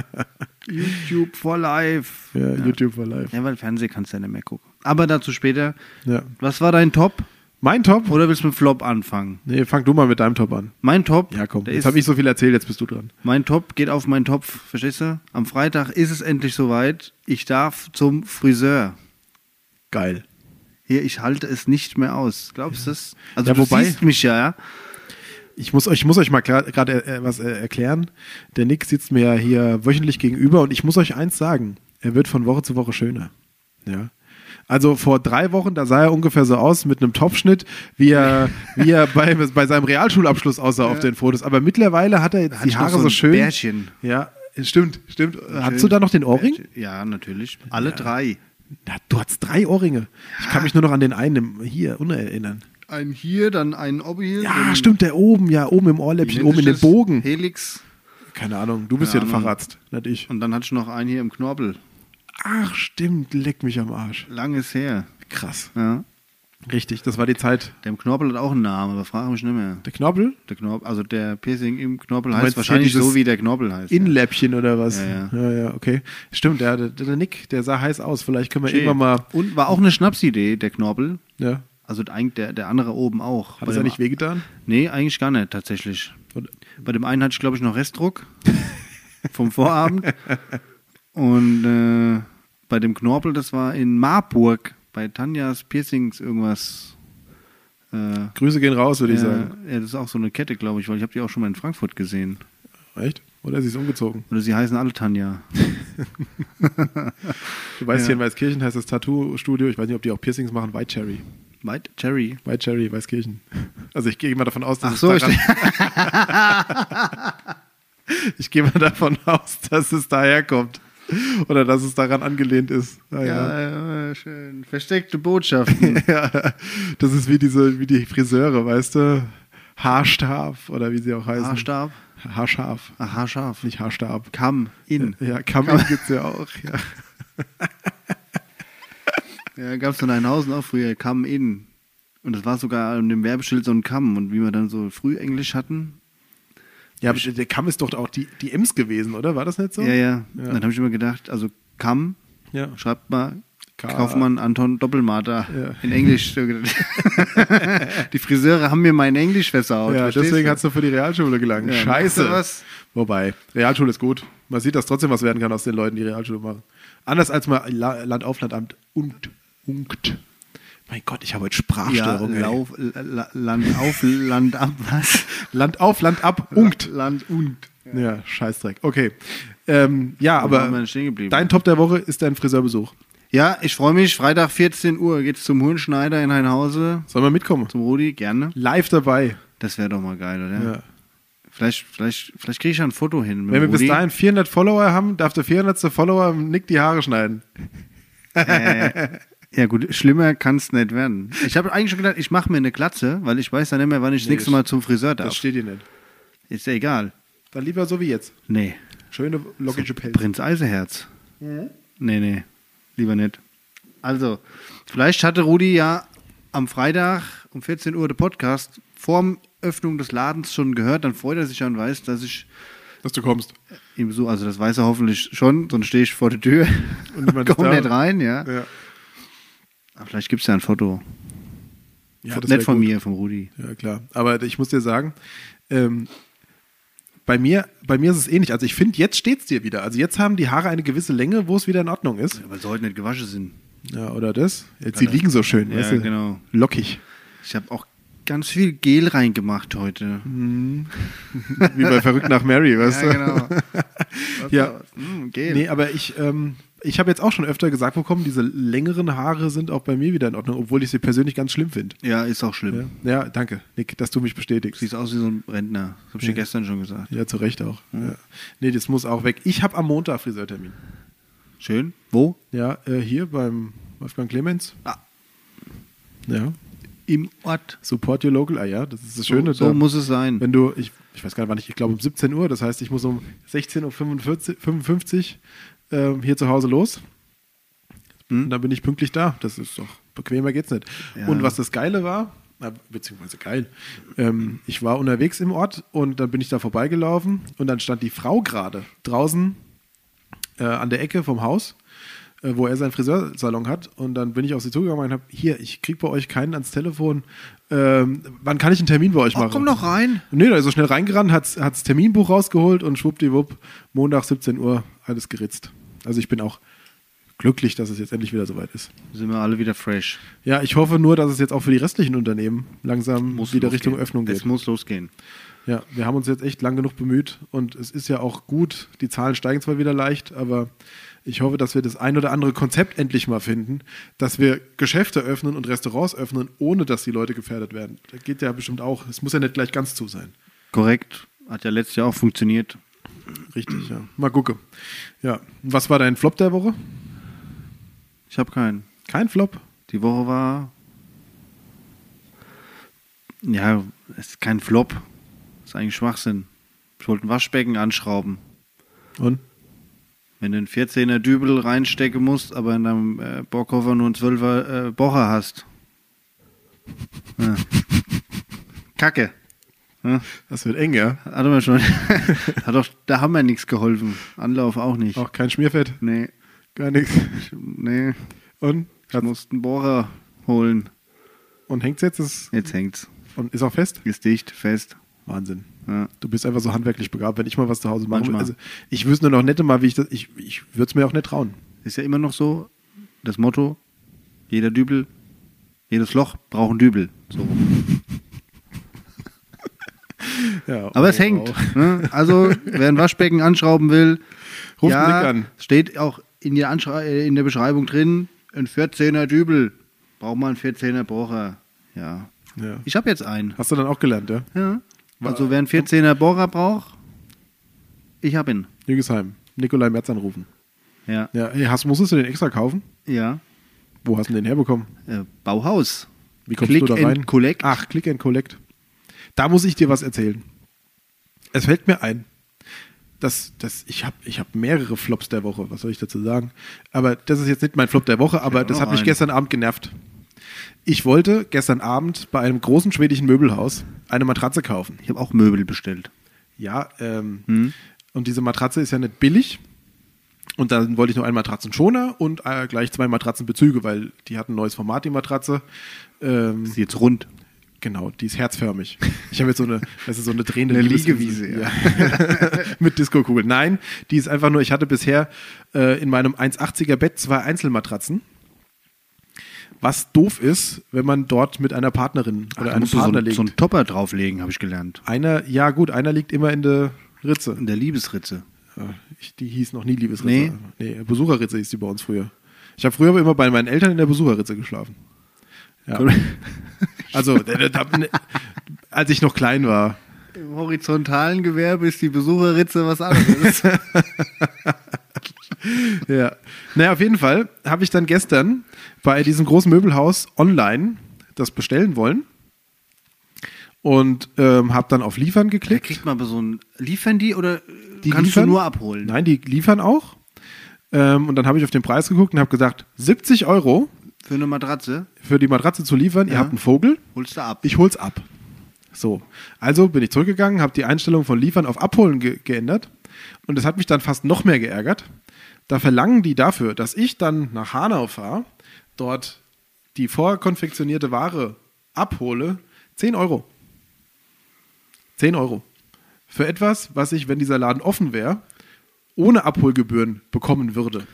Speaker 2: YouTube for life.
Speaker 3: Ja, YouTube for life.
Speaker 2: Ja, weil Fernsehen kannst du ja nicht mehr gucken. Aber dazu später.
Speaker 3: Ja.
Speaker 2: Was war dein Top?
Speaker 3: Mein Top?
Speaker 2: Oder willst du mit Flop anfangen?
Speaker 3: Nee, fang du mal mit deinem Top an.
Speaker 2: Mein Top.
Speaker 3: Ja, komm.
Speaker 2: der
Speaker 3: Jetzt
Speaker 2: ist-
Speaker 3: habe ich so viel erzählt, jetzt bist du dran.
Speaker 2: Mein Top geht auf meinen Topf, verstehst du? Am Freitag ist es endlich soweit. Ich darf zum Friseur.
Speaker 3: Geil.
Speaker 2: Hier, ich halte es nicht mehr aus. Glaubst du es? Also
Speaker 3: Ja,
Speaker 2: du
Speaker 3: wobei-
Speaker 2: siehst mich ja, ja.
Speaker 3: Ich muss euch, ich muss euch mal klar- gerade äh, was äh, erklären. Der Nick sitzt mir ja hier wöchentlich gegenüber und ich muss euch eins sagen: Er wird von Woche zu Woche schöner. Ja. Also vor drei Wochen, da sah er ungefähr so aus mit einem Topschnitt, wie er, wie er bei, bei seinem Realschulabschluss aussah auf den Fotos. Aber mittlerweile hat er jetzt
Speaker 2: Hat
Speaker 3: die
Speaker 2: noch
Speaker 3: Haare
Speaker 2: so
Speaker 3: so,
Speaker 2: ein
Speaker 3: schön.
Speaker 2: Bärchen.
Speaker 3: Ja, stimmt, stimmt. Hast du da noch den Ohrring?
Speaker 2: Ja, natürlich. Alle drei.
Speaker 3: Na, du hast drei Ohrringe. Ich kann mich nur noch an den einen im- hier unerinnern.
Speaker 2: Einen hier, dann einen Obi hier.
Speaker 3: Ja, stimmt, der oben, ja, oben im Ohrläppchen, oben in den Bogen.
Speaker 2: Helix.
Speaker 3: Keine Ahnung, du bist
Speaker 2: Keine
Speaker 3: ja der
Speaker 2: Ahnung.
Speaker 3: Facharzt, nicht ich.
Speaker 2: Und dann hatte ich noch einen hier im Knorpel.
Speaker 3: Ach, stimmt, leck mich am Arsch.
Speaker 2: Langes her.
Speaker 3: Krass.
Speaker 2: Ja.
Speaker 3: Richtig, das war die Zeit.
Speaker 2: Der im Knorpel hat auch einen Namen, aber frage mich nicht mehr.
Speaker 3: Der Knorpel?
Speaker 2: Der Knorpel, also der Piercing im Knorpel
Speaker 3: meinst
Speaker 2: heißt wahrscheinlich
Speaker 3: hier dieses
Speaker 2: so, wie der Knorpel heißt. ja.
Speaker 3: Innenläppchen oder was?
Speaker 2: Ja, ja.
Speaker 3: ja, okay. Stimmt, der, der, der Nick, der sah heiß aus. Vielleicht können wir
Speaker 2: Schön.
Speaker 3: irgendwann mal.
Speaker 2: Und war auch eine Schnapsidee, der Knorpel.
Speaker 3: Ja.
Speaker 2: Also eigentlich der, der andere oben auch.
Speaker 3: Hat
Speaker 2: Bei
Speaker 3: es ja
Speaker 2: dem-
Speaker 3: nicht wehgetan?
Speaker 2: Nee, eigentlich gar nicht, tatsächlich.
Speaker 3: Und-
Speaker 2: Bei dem einen hatte ich, glaube ich, noch Restdruck vom Vorabend. Und äh, bei dem Knorpel, das war in Marburg, bei Tanjas Piercings irgendwas. Äh,
Speaker 3: Grüße gehen raus, würde ich sagen.
Speaker 2: Ja, ja, das ist auch so eine Kette, glaube ich, weil ich habe die auch schon mal in Frankfurt gesehen.
Speaker 3: Echt? Oder sie ist umgezogen.
Speaker 2: Oder sie heißen alle Tanja.
Speaker 3: Du weißt, hier in Weißkirchen heißt das Tattoo-Studio. Ich weiß nicht, ob die auch Piercings machen. White Cherry.
Speaker 2: White Cherry.
Speaker 3: White Cherry, Weißkirchen. Also ich gehe mal davon aus, dass
Speaker 2: Ach so,
Speaker 3: es daran, ich gehe mal davon aus, dass es daherkommt. Oder dass es daran angelehnt ist. Ah,
Speaker 2: ja, äh, schön. Versteckte Botschaften.
Speaker 3: Ja, das ist wie diese, wie die Friseure, weißt du? Haarstab oder wie sie auch heißen.
Speaker 2: Haarstab.
Speaker 3: Haarscharf.
Speaker 2: Ach, haarscharf.
Speaker 3: Nicht Haarstab.
Speaker 2: Kamm. In.
Speaker 3: Ja, Kamin gibt's ja auch. Ja.
Speaker 2: Ja, gab es in Einhausen auch früher Come In. Und das war sogar an dem Werbeschild so ein Come. Und wie wir dann so früh Englisch hatten.
Speaker 3: ja, aber der Kamm ist doch auch die, die Ems gewesen, oder? War das nicht so?
Speaker 2: Ja, ja.
Speaker 3: Ja.
Speaker 2: Dann habe ich immer gedacht, also Come,
Speaker 3: Ja.
Speaker 2: schreibt mal
Speaker 3: Ka-
Speaker 2: Kaufmann Anton Doppelmater
Speaker 3: Ja.
Speaker 2: in Englisch. So gedacht. die Friseure haben mir mein Englisch versaut.
Speaker 3: Ja,
Speaker 2: verstehst
Speaker 3: deswegen
Speaker 2: du?
Speaker 3: hat's nur für die Realschule gelangt.
Speaker 2: Ja,
Speaker 3: Scheiße.
Speaker 2: weißt du was?
Speaker 3: Wobei, Realschule ist gut. Man sieht, dass trotzdem was werden kann aus den Leuten, die Realschule machen. Anders als mal La- Land auf Landamt und unkt. Mein Gott, ich habe heute Sprachstörung. ey.
Speaker 2: Lauf, la, la, Land auf, Land ab, was?
Speaker 3: Land auf, Land ab, unkt.
Speaker 2: Land und.
Speaker 3: Ja, Scheißdreck. Okay. Ähm, ja,
Speaker 2: Wo waren wir
Speaker 3: aber
Speaker 2: denn stehen geblieben?
Speaker 3: dein Top der Woche ist dein Friseurbesuch.
Speaker 2: Ja, ich freue mich. Freitag 14 Uhr geht's zum Hohenschneider in Heinhause.
Speaker 3: Sollen wir mitkommen?
Speaker 2: Zum Rudi, gerne.
Speaker 3: Live dabei.
Speaker 2: Das wäre doch mal geil, oder?
Speaker 3: Ja.
Speaker 2: Vielleicht, vielleicht, vielleicht kriege ich ja ein Foto hin. mit
Speaker 3: Wenn wir bis
Speaker 2: Rudi.
Speaker 3: dahin 400 Follower haben, darf der 400. Follower Nick die Haare schneiden.
Speaker 2: Ja, gut, schlimmer kann's nicht werden. Ich habe eigentlich schon gedacht, ich mache mir eine Glatze, weil ich weiß dann nicht mehr, wann ich das nächste Mal zum Friseur
Speaker 3: Das
Speaker 2: darf.
Speaker 3: steht dir nicht.
Speaker 2: Ist ja egal.
Speaker 3: Dann lieber so wie jetzt.
Speaker 2: Nee.
Speaker 3: Schöne lockige Pelze.
Speaker 2: Prinz Eiseherz. Nee, nee. Lieber nicht. Also, vielleicht hatte Rudi ja am Freitag um 14 Uhr den Podcast vorm Öffnung des Ladens schon gehört. Dann freut er sich ja und weiß, dass ich
Speaker 3: Dass du kommst.
Speaker 2: ihm so, also das weiß er hoffentlich schon, sonst stehe ich vor der Tür
Speaker 3: Und niemand ist
Speaker 2: komme
Speaker 3: da.
Speaker 2: nicht rein, ja.
Speaker 3: Ja,
Speaker 2: Aber vielleicht gibt es ja ein Foto.
Speaker 3: ja
Speaker 2: Von-
Speaker 3: das wär
Speaker 2: nicht von
Speaker 3: gut.
Speaker 2: mir, vom Rudi.
Speaker 3: Ja, klar. Aber ich muss dir sagen, ähm, bei, mir, bei mir ist es ähnlich. Also ich finde, jetzt steht es dir wieder. Also jetzt haben die Haare eine gewisse Länge, wo es wieder in Ordnung ist.
Speaker 2: Aber sollten nicht gewaschen sind.
Speaker 3: Ja, oder das? Jetzt, sie liegen so schön,
Speaker 2: Ja,
Speaker 3: weißt du?
Speaker 2: genau.
Speaker 3: Lockig.
Speaker 2: Ich habe auch ganz viel Gel reingemacht heute.
Speaker 3: Wie bei Verrückt nach Mary, weißt du? Ja.
Speaker 2: Hm, Gel.
Speaker 3: genau. Nee, aber ich, ähm, ich habe jetzt auch schon öfter gesagt bekommen, diese längeren Haare sind auch bei mir wieder in Ordnung, obwohl ich sie persönlich ganz schlimm finde.
Speaker 2: Ja, ist auch schlimm.
Speaker 3: Ja? ja, danke, Nick, dass du mich bestätigst.
Speaker 2: Sieht aus wie so ein Rentner. Das habe ich dir gestern schon gesagt.
Speaker 3: Ja, zu Recht auch. Ja. Nee, das muss auch weg. Ich habe am Montag Friseurtermin.
Speaker 2: Schön. Wo?
Speaker 3: Ja, äh, hier beim Wolfgang Clemens.
Speaker 2: Ah.
Speaker 3: Ja.
Speaker 2: Im Ort.
Speaker 3: Support your local. Ah ja, das ist das Schöne.
Speaker 2: so
Speaker 3: da-
Speaker 2: muss es sein.
Speaker 3: Wenn du, ich, ich weiß gar nicht wann ich, ich glaube um 17 Uhr, das heißt, ich muss um 16.55 Uhr ähm, hier zu Hause los. Und dann bin ich pünktlich da. Das ist doch bequemer geht's nicht.
Speaker 2: Hm? Ja.
Speaker 3: Und was das Geile war, na, beziehungsweise geil, ähm, ich war unterwegs im Ort und dann bin ich da vorbeigelaufen und dann stand die Frau gerade draußen äh, an der Ecke vom Haus, äh, wo er seinen Friseursalon hat. Und dann bin ich auf sie zugegangen und habe, hier, ich krieg bei euch keinen ans Telefon. Ähm, wann kann ich einen Termin bei euch
Speaker 2: Ach,
Speaker 3: machen?
Speaker 2: komm doch rein.
Speaker 3: Nee, da ist er schnell reingerannt, hat das Terminbuch rausgeholt und schwuppdiwupp, Montag 17 Uhr, alles geritzt. Also ich bin auch glücklich, dass es jetzt endlich wieder soweit ist.
Speaker 2: Sind wir alle wieder fresh.
Speaker 3: Ja, ich hoffe nur, dass es jetzt auch für die restlichen Unternehmen langsam wieder
Speaker 2: losgehen.
Speaker 3: Richtung Öffnung geht.
Speaker 2: Es muss losgehen.
Speaker 3: Ja, wir haben uns jetzt echt lang genug bemüht und es ist ja auch gut, die Zahlen steigen zwar wieder leicht, aber ich hoffe, dass wir das ein oder andere Konzept endlich mal finden, dass wir Geschäfte öffnen und Restaurants öffnen, ohne dass die Leute gefährdet werden. Das geht ja bestimmt auch. Es muss ja nicht gleich ganz zu sein.
Speaker 2: Korrekt. Hat ja letztes Jahr auch funktioniert.
Speaker 3: Richtig, ja. Mal gucke. Ja, und was war dein Flop der Woche?
Speaker 2: Ich habe keinen.
Speaker 3: Kein Flop.
Speaker 2: Die Woche war. Ja, es ist kein Flop. Ist eigentlich Schwachsinn. Ich wollte ein Waschbecken anschrauben.
Speaker 3: Und?
Speaker 2: Wenn du einen 14er Dübel reinstecken musst, aber in deinem äh, Borghoffer nur einen 12er äh, Bocher hast. Ja. Kacke. Ja,
Speaker 3: Das wird eng, ja.
Speaker 2: hatten wir schon. Hat doch, da haben wir nichts geholfen. Anlauf auch nicht.
Speaker 3: Auch kein Schmierfett,
Speaker 2: Nee,
Speaker 3: gar nichts.
Speaker 2: ich, nee.
Speaker 3: Und?
Speaker 2: Ich musste einen Bohrer holen.
Speaker 3: Und hängt's jetzt? Ist,
Speaker 2: Jetzt hängt's.
Speaker 3: und ist auch fest?
Speaker 2: Ist dicht, fest.
Speaker 3: Wahnsinn.
Speaker 2: Ja.
Speaker 3: Du bist einfach so handwerklich begabt, wenn ich mal was zu Hause mache.
Speaker 2: Manchmal.
Speaker 3: Also ich wüsste nur noch nette mal, wie ich das. Ich, ich würde es mir auch nicht trauen.
Speaker 2: Ist ja immer noch so das Motto: jeder Dübel, jedes Loch braucht einen Dübel. So.
Speaker 3: Ja,
Speaker 2: Aber
Speaker 3: oh,
Speaker 2: es hängt.
Speaker 3: wow.
Speaker 2: Ne? Also, wer ein Waschbecken anschrauben will,
Speaker 3: Ruft
Speaker 2: ja,
Speaker 3: Nick an.
Speaker 2: steht auch in der, Anschra äh, in der Beschreibung drin: ein 14er Dübel. Braucht man einen 14er Bohrer. Ja.
Speaker 3: Ja.
Speaker 2: Ich habe jetzt einen.
Speaker 3: Hast du dann auch gelernt, ja?
Speaker 2: Ja. Also, wer einen 14er Bohrer braucht, ich habe ihn.
Speaker 3: Jügesheim. Nikolai Merz anrufen.
Speaker 2: Ja.
Speaker 3: Ja, hey, hast, musstest du den extra kaufen?
Speaker 2: Ja.
Speaker 3: Wo hast du den herbekommen?
Speaker 2: Äh, Bauhaus.
Speaker 3: Wie kommst
Speaker 2: Click
Speaker 3: du da rein?
Speaker 2: And collect.
Speaker 3: Ach, Click and Collect. Da muss ich dir was erzählen. Es fällt mir ein, dass, dass ich habe ich hab mehrere Flops der Woche, was soll ich dazu sagen? Aber das ist jetzt nicht mein Flop der Woche, aber
Speaker 2: auch
Speaker 3: das
Speaker 2: noch
Speaker 3: hat mich
Speaker 2: einen.
Speaker 3: gestern Abend genervt. Ich wollte gestern Abend bei einem großen schwedischen Möbelhaus eine Matratze kaufen.
Speaker 2: Ich habe auch Möbel bestellt.
Speaker 3: Ja, ähm,
Speaker 2: Hm.
Speaker 3: und diese Matratze ist ja nicht billig. Und dann wollte ich noch einen Matratzenschoner und äh, gleich zwei Matratzenbezüge, weil die hat ein neues Format, die Matratze. Ähm,
Speaker 2: Ist jetzt rund.
Speaker 3: Genau, die ist herzförmig. Ich habe jetzt so eine, das ist so eine drehende
Speaker 2: Eine
Speaker 3: Liebesinsel.
Speaker 2: Liegewiese, ja.
Speaker 3: mit Disco-Kugel. Nein, die ist einfach nur, ich hatte bisher äh, in meinem 1,80er Bett zwei Einzelmatratzen. Was doof ist, wenn man dort mit einer Partnerin oder
Speaker 2: da
Speaker 3: einem
Speaker 2: musst du so,
Speaker 3: Partner
Speaker 2: einen-
Speaker 3: liegt.
Speaker 2: so einen Topper drauflegen, habe ich gelernt.
Speaker 3: einer, ja gut, einer liegt immer in der Ritze.
Speaker 2: In der Liebesritze.
Speaker 3: Äh, Ich, die hieß noch nie
Speaker 2: Nee.
Speaker 3: Liebesritze. Nee. Besucherritze hieß die bei uns früher. Ich habe früher aber immer bei meinen Eltern in der Besucherritze geschlafen. Ja. Also, da- da- da- als ich noch klein war.
Speaker 2: Im horizontalen Gewerbe ist die Besucherritze was anderes.
Speaker 3: Ja. Naja, auf jeden Fall habe ich dann gestern bei diesem großen Möbelhaus online das bestellen wollen und ähm, habe dann auf Liefern
Speaker 2: da
Speaker 3: geklickt.
Speaker 2: kriegt man aber so ein Liefern die oder äh,
Speaker 3: Die
Speaker 2: kannst
Speaker 3: liefern?
Speaker 2: du nur abholen?
Speaker 3: Nein, die liefern auch. Ähm, und dann habe ich auf den Preis geguckt und habe gesagt, 70 Euro
Speaker 2: Für eine Matratze
Speaker 3: für die Matratze zu liefern. Ihr
Speaker 2: Ja.
Speaker 3: habt einen Vogel,
Speaker 2: holst du ab.
Speaker 3: ich hol's ab. So, also bin ich zurückgegangen, habe die Einstellung von Liefern auf Abholen ge geändert und das hat mich dann fast noch mehr geärgert. Da verlangen die dafür, dass ich dann nach Hanau fahre, dort die vorkonfektionierte Ware abhole, 10 Euro. 10 Euro. Für etwas, was ich, wenn dieser Laden offen wäre, ohne Abholgebühren bekommen würde.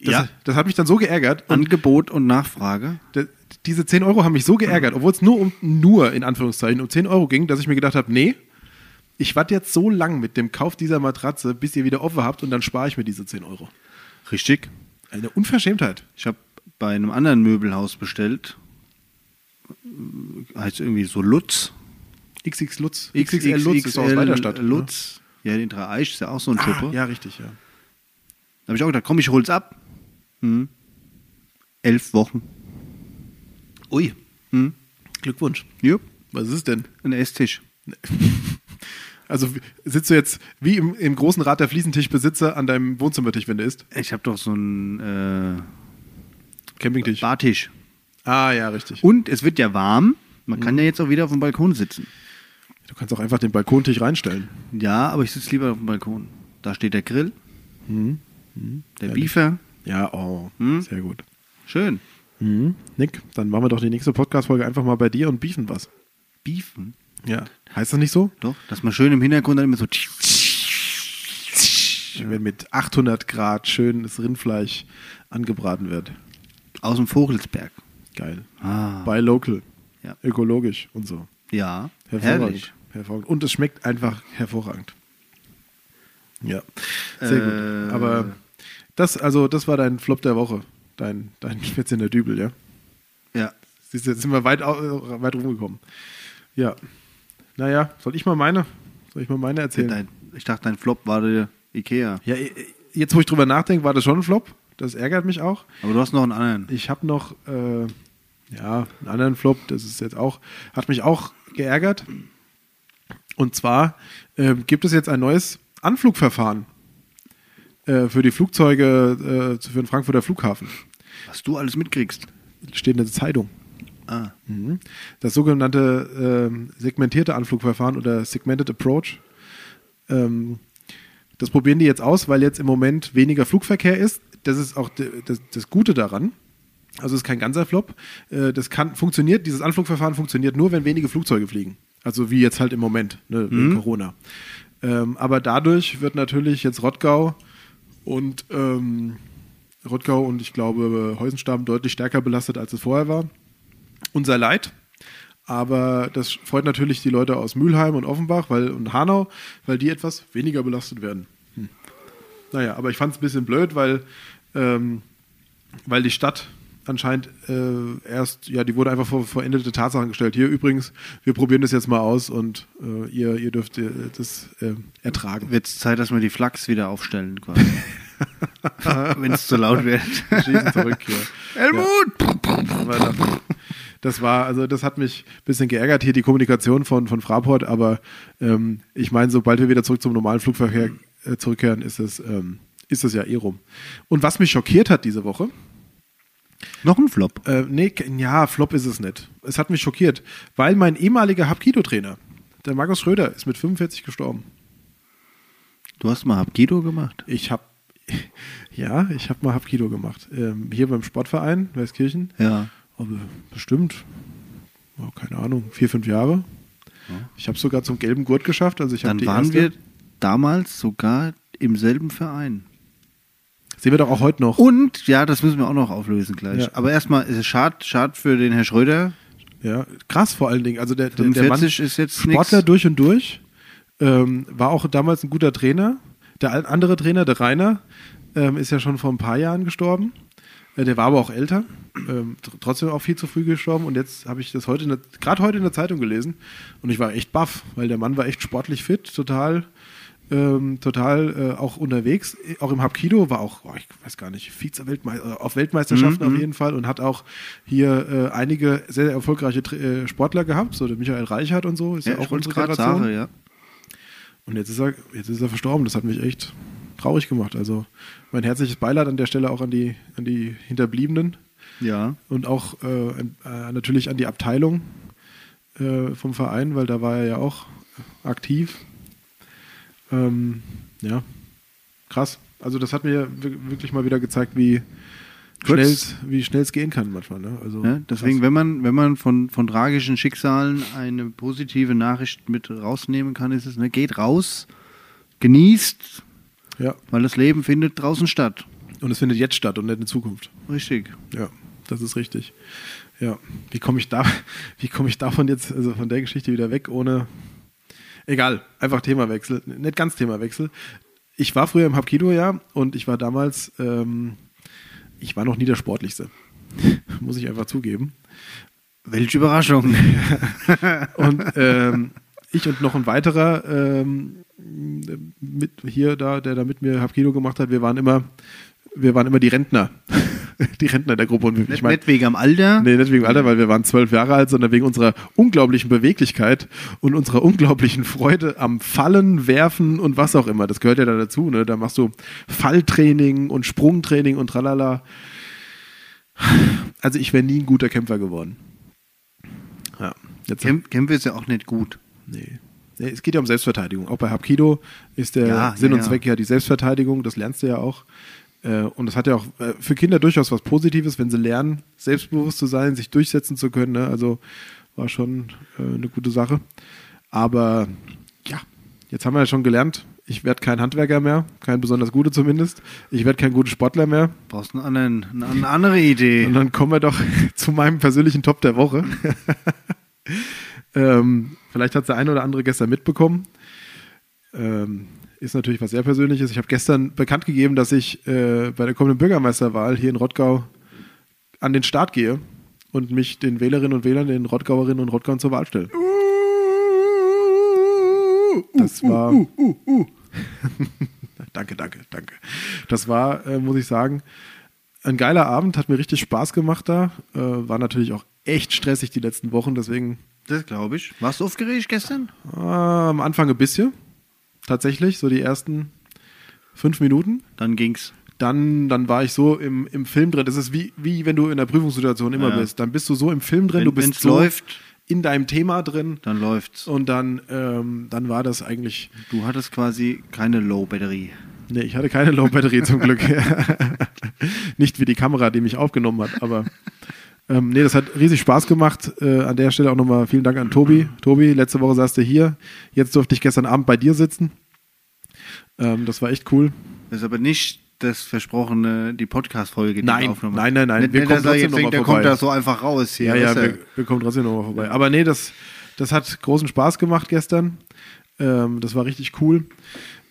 Speaker 3: Das,
Speaker 2: Ja.
Speaker 3: das hat mich dann so geärgert. Und
Speaker 2: Angebot und Nachfrage.
Speaker 3: da- diese 10 Euro haben mich so geärgert, obwohl es nur um, nur in Anführungszeichen um 10 Euro ging, dass ich mir gedacht habe, nee, ich warte jetzt so lang mit dem Kauf dieser Matratze, bis ihr wieder offen habt und dann spare ich mir diese 10 Euro.
Speaker 2: Richtig.
Speaker 3: Eine Unverschämtheit.
Speaker 2: Ich habe bei einem anderen Möbelhaus bestellt. Heißt irgendwie so Lutz.
Speaker 3: XX Lutz. XXL Lutz ist doch aus
Speaker 2: XXL
Speaker 3: Weiterstadt.
Speaker 2: Lutz. Ja, den Dreieich ist ja auch so ein
Speaker 3: Ne?
Speaker 2: Schuppe.
Speaker 3: Ah, ja, richtig, ja.
Speaker 2: Da habe ich auch gedacht, komm, ich hol's ab. Hm. Elf Wochen.
Speaker 3: Ui,
Speaker 2: Hm.
Speaker 3: Glückwunsch.
Speaker 2: Jupp,
Speaker 3: Was ist es denn?
Speaker 2: ein Esstisch.
Speaker 3: Also w- sitzt du jetzt wie im, im großen Rat der Fliesentischbesitzer an deinem Wohnzimmertisch, wenn du isst?
Speaker 2: Ich habe doch so einen äh,
Speaker 3: Campingtisch.
Speaker 2: Bartisch.
Speaker 3: Ah, ja, richtig.
Speaker 2: Und es wird ja warm. Man kann ja jetzt auch wieder auf dem Balkon sitzen.
Speaker 3: Du kannst auch einfach den Balkontisch reinstellen.
Speaker 2: Ja, aber ich sitze lieber auf dem Balkon. Da steht der Grill, Mhm. der Biefer.
Speaker 3: Ja, oh, sehr gut.
Speaker 2: Schön.
Speaker 3: Mhm. Nick, dann machen wir doch die nächste Podcast-Folge einfach mal bei dir und beefen was.
Speaker 2: Biefen.
Speaker 3: Ja. Heißt das nicht so?
Speaker 2: Doch, dass man schön im Hintergrund dann immer so.
Speaker 3: Wenn mit 800 Grad schönes Rindfleisch angebraten wird.
Speaker 2: Aus dem Vogelsberg.
Speaker 3: Geil.
Speaker 2: Ah.
Speaker 3: Bei Local.
Speaker 2: Ja.
Speaker 3: Ökologisch und so.
Speaker 2: Ja,
Speaker 3: Hervorragend.
Speaker 2: herrlich.
Speaker 3: hervorragend. Und es schmeckt einfach hervorragend. Ja. Sehr gut.
Speaker 2: Äh.
Speaker 3: Aber das, also, das war dein Flop der Woche. Dein, dein Schwitz in der Dübel, ja?
Speaker 2: Ja.
Speaker 3: Siehst du, jetzt sind wir weit, au- äh, weit rumgekommen. Ja. Naja, soll ich mal meine? Soll ich mal meine erzählen?
Speaker 2: Dein, ich dachte, dein Flop war der Ikea.
Speaker 3: Ja, i- i- jetzt wo ich drüber nachdenke, war das schon ein Flop. Das ärgert mich auch.
Speaker 2: Aber du hast noch einen anderen.
Speaker 3: Ich habe noch, äh, ja, einen anderen Flop, das ist jetzt auch, hat mich auch geärgert. Und zwar ähm, gibt es jetzt ein neues Anflugverfahren äh, für die Flugzeuge äh, zu- für den Frankfurter Flughafen.
Speaker 2: Was du alles mitkriegst.
Speaker 3: Steht in der Zeitung.
Speaker 2: Ah.
Speaker 3: Mhm. Das sogenannte ähm, segmentierte Anflugverfahren oder Segmented Approach. Ähm, das probieren die jetzt aus, weil jetzt im Moment weniger Flugverkehr ist. Das ist auch de- das, das Gute daran. Also es ist kein ganzer Flop. Äh, das kann funktioniert, dieses Anflugverfahren funktioniert nur, wenn wenige Flugzeuge fliegen. Also wie jetzt halt im Moment, ne, wegen Corona. Ähm, aber dadurch wird natürlich jetzt Rottgau und ähm, Rottgau und ich glaube Heusenstamm deutlich stärker belastet, als es vorher war unser Leid. Aber das freut natürlich die Leute aus Mülheim und Offenbach weil, und Hanau, weil die etwas weniger belastet werden. Hm. Naja, aber ich fand es ein bisschen blöd, weil, ähm, weil die Stadt anscheinend äh, erst, ja, die wurde einfach vor vollendete Tatsachen gestellt. Hier übrigens, wir probieren das jetzt mal aus und äh, ihr, ihr dürft äh, das äh, ertragen.
Speaker 2: Wird Zeit, dass wir die Flachs wieder aufstellen, quasi. Wenn es zu laut wird.
Speaker 3: Wir schießen zurück hier.
Speaker 2: Helmut!
Speaker 3: Aber das, das war, also das hat mich ein bisschen geärgert hier, die Kommunikation von, von Fraport, aber ähm, ich meine, sobald wir wieder zurück zum normalen Flugverkehr äh, zurückkehren, ist es, ähm, ist es ja eh rum. Und was mich schockiert hat diese Woche,
Speaker 2: Noch ein Flop.
Speaker 3: äh, nee, k- ja, Flop ist es nicht. Es hat mich schockiert, weil mein ehemaliger Hapkido-Trainer, der Markus Schröder, ist mit 45 gestorben.
Speaker 2: Du hast mal Hapkido gemacht.
Speaker 3: Ich habe, ja, ich habe mal Hapkido gemacht. Ähm, hier beim Sportverein Weißkirchen.
Speaker 2: Ja.
Speaker 3: Aber bestimmt oh, keine Ahnung, vier, fünf Jahre. Ich habe sogar zum gelben Gurt geschafft. Also ich habe
Speaker 2: Dann
Speaker 3: die
Speaker 2: waren
Speaker 3: erste.
Speaker 2: wir damals sogar im selben Verein.
Speaker 3: Sehen wir doch auch heute noch.
Speaker 2: Und, ja, das müssen wir auch noch auflösen gleich.
Speaker 3: Ja.
Speaker 2: Aber erstmal, ist es schad, schad für den Herr Schröder.
Speaker 3: Ja, krass vor allen Dingen. Also der, der, der Mann
Speaker 2: 45 ist jetzt nichts.
Speaker 3: Sportler durch und durch. Ähm, war auch damals ein guter Trainer. Der al- andere Trainer, der Rainer, ähm, ist ja schon vor ein paar Jahren gestorben. Äh, der war aber auch älter. Ähm, tr- trotzdem auch viel zu früh gestorben. Und jetzt habe ich das heute, in der- gerade heute in der Zeitung gelesen. Und ich war echt baff, weil der Mann war echt sportlich fit, total. Ähm, total äh, auch unterwegs, äh, auch im Hapkido, war auch, oh, ich weiß gar nicht, Vize-Weltmeister, äh, auf Weltmeisterschaften
Speaker 2: Mhm,
Speaker 3: auf jeden Fall und hat auch hier äh, einige sehr, sehr erfolgreiche Tr- äh, Sportler gehabt, so der Michael Reichert und so, ist ja,
Speaker 2: Ja,
Speaker 3: auch
Speaker 2: ich
Speaker 3: unsere
Speaker 2: wollte gerade
Speaker 3: Generation.
Speaker 2: sagen, ja.
Speaker 3: Und jetzt ist, er, jetzt ist er verstorben. Das hat mich echt traurig gemacht. Also mein herzliches Beileid an der Stelle auch an die, an die Hinterbliebenen
Speaker 2: Ja.
Speaker 3: und auch äh, an, äh, natürlich an die Abteilung äh, vom Verein, weil da war er ja auch aktiv. Ähm, ja, krass. Also das hat mir wir- wirklich mal wieder gezeigt, wie
Speaker 2: Kurz.
Speaker 3: schnell es wie schnell's gehen kann manchmal. Ne? Also,
Speaker 2: Ja, deswegen,
Speaker 3: krass.
Speaker 2: wenn man, wenn man von, von tragischen Schicksalen eine positive Nachricht mit rausnehmen kann, ist es, ne, geht raus, genießt,
Speaker 3: ja.
Speaker 2: weil das Leben findet draußen statt.
Speaker 3: Und es findet jetzt statt und nicht in Zukunft.
Speaker 2: Richtig.
Speaker 3: Ja, das ist richtig. Ja, wie komme ich da, wie komme ich davon jetzt, also von der Geschichte wieder weg, ohne. Egal, einfach Themawechsel. Nicht ganz Themawechsel. Ich war früher im Hapkido, ja, und ich war damals, ähm, ich war noch nie der Sportlichste. Muss ich einfach zugeben.
Speaker 2: Welche Überraschung.
Speaker 3: Und ähm, ich und noch ein weiterer ähm, mit hier da, der da mit mir Hapkido gemacht hat, wir waren immer, wir waren immer die Rentner. Die Rentner der Gruppe. Und
Speaker 2: Nicht, nicht wegen am Alter.
Speaker 3: Nee, nicht wegen Alter, weil wir waren zwölf Jahre alt, sondern wegen unserer unglaublichen Beweglichkeit und unserer unglaublichen Freude am Fallen, Werfen und was auch immer. Das gehört ja da dazu, ne? Da machst du Falltraining und Sprungtraining und tralala. Also ich wäre nie ein guter Kämpfer geworden. Ja, jetzt.
Speaker 2: Kämp Kämpfe ist ja auch nicht gut.
Speaker 3: nee. Nee, es geht ja um Selbstverteidigung. Auch bei Hapkido ist der
Speaker 2: Ja,
Speaker 3: Sinn
Speaker 2: ja,
Speaker 3: und
Speaker 2: ja.
Speaker 3: Zweck ja die Selbstverteidigung, das lernst du ja auch. Äh, Und das hat ja auch äh, für Kinder durchaus was Positives, wenn sie lernen, selbstbewusst zu sein, sich durchsetzen zu können. Ne? Also war schon äh, eine gute Sache. Aber ja, jetzt haben wir ja schon gelernt, ich werde kein Handwerker mehr, kein besonders guter zumindest. Ich werde kein guter Sportler mehr.
Speaker 2: Brauchst einen anderen, eine, eine andere Idee.
Speaker 3: Und dann kommen wir doch zu meinem persönlichen Top der Woche. ähm, vielleicht hat der eine oder andere gestern mitbekommen. Ähm, ist natürlich was sehr Persönliches. Ich habe gestern bekannt gegeben, dass ich äh, bei der kommenden Bürgermeisterwahl hier in Rottgau an den Start gehe und mich den Wählerinnen und Wählern, den Rottgauerinnen und Rottgauern zur Wahl stelle. Das war. danke, danke, danke. Das war, äh, muss ich sagen, ein geiler Abend, hat mir richtig Spaß gemacht da. Äh, war natürlich auch echt stressig die letzten Wochen, deswegen
Speaker 2: Das glaube ich. Warst du aufgeregt gestern?
Speaker 3: äh, am Anfang ein bisschen. Tatsächlich, so die ersten fünf Minuten.
Speaker 2: Dann ging's.
Speaker 3: Dann, dann war ich so im, im Film drin. Das ist wie, wie wenn du in der Prüfungssituation immer
Speaker 2: Ja.
Speaker 3: bist. Dann bist du so im Film drin,
Speaker 2: Wenn-
Speaker 3: du bist
Speaker 2: wenn's
Speaker 3: so Oh.
Speaker 2: läuft.
Speaker 3: in deinem Thema drin.
Speaker 2: Dann läuft's.
Speaker 3: Und dann, ähm, dann war das eigentlich
Speaker 2: Du hattest quasi keine Low-Batterie.
Speaker 3: Nee, ich hatte keine Low-Batterie zum Glück. Nicht wie die Kamera, die mich aufgenommen hat, aber ähm, nee, das hat riesig Spaß gemacht. Äh, an der Stelle auch nochmal vielen Dank an Tobi. Tobi, letzte Woche saß du hier. Jetzt durfte ich gestern Abend bei dir sitzen. Ähm, das war echt cool.
Speaker 2: Das ist aber nicht das versprochene, die Podcast-Folge, die
Speaker 3: Nein,
Speaker 2: wir aufgenommen Ne,
Speaker 3: nein, nein, nein.
Speaker 2: Nicht,
Speaker 3: Wir
Speaker 2: wir
Speaker 3: kommen
Speaker 2: dass er
Speaker 3: trotzdem
Speaker 2: jetzt
Speaker 3: noch mal
Speaker 2: denkt, der
Speaker 3: vorbei.
Speaker 2: kommt da so einfach raus hier.
Speaker 3: Ja, ja,
Speaker 2: weißt du?
Speaker 3: wir, wir kommen trotzdem nochmal vorbei. Aber nee, das, das hat großen Spaß gemacht gestern. Ähm, das war richtig cool.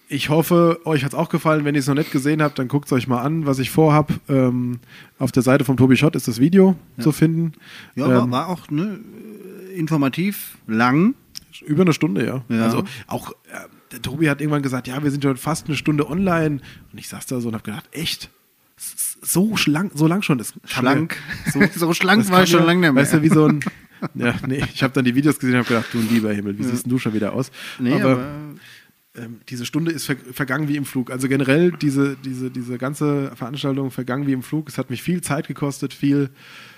Speaker 3: Ich hoffe, euch hat es auch gefallen. Wenn ihr es noch nicht gesehen habt, dann guckt es euch mal an, was ich vorhab. Ähm, auf der Seite von Tobi Schott ist das Video zu finden.
Speaker 2: ja war,
Speaker 3: Ähm,
Speaker 2: war auch ne, informativ, lang.
Speaker 3: Über eine Stunde, ja.
Speaker 2: Ja.
Speaker 3: Also auch äh, der Tobi hat irgendwann gesagt, ja, wir sind schon fast eine Stunde online. Und ich saß da so und habe gedacht, echt? S- s- So schlank, so lang schon. Das kam
Speaker 2: Schlank.
Speaker 3: mir-
Speaker 2: So schlank
Speaker 3: das
Speaker 2: war ich schon
Speaker 3: kam mir-
Speaker 2: lange nicht mehr.
Speaker 3: Weißt du, wie so ein. Ja, nee, ich habe dann die Videos gesehen und habe gedacht, du lieber Himmel, wie siehst denn du schon wieder aus?
Speaker 2: Nee, aber,
Speaker 3: ähm, diese Stunde ist ver vergangen wie im Flug. Also generell diese, diese, diese ganze Veranstaltung vergangen wie im Flug. Es hat mich viel Zeit gekostet, viel,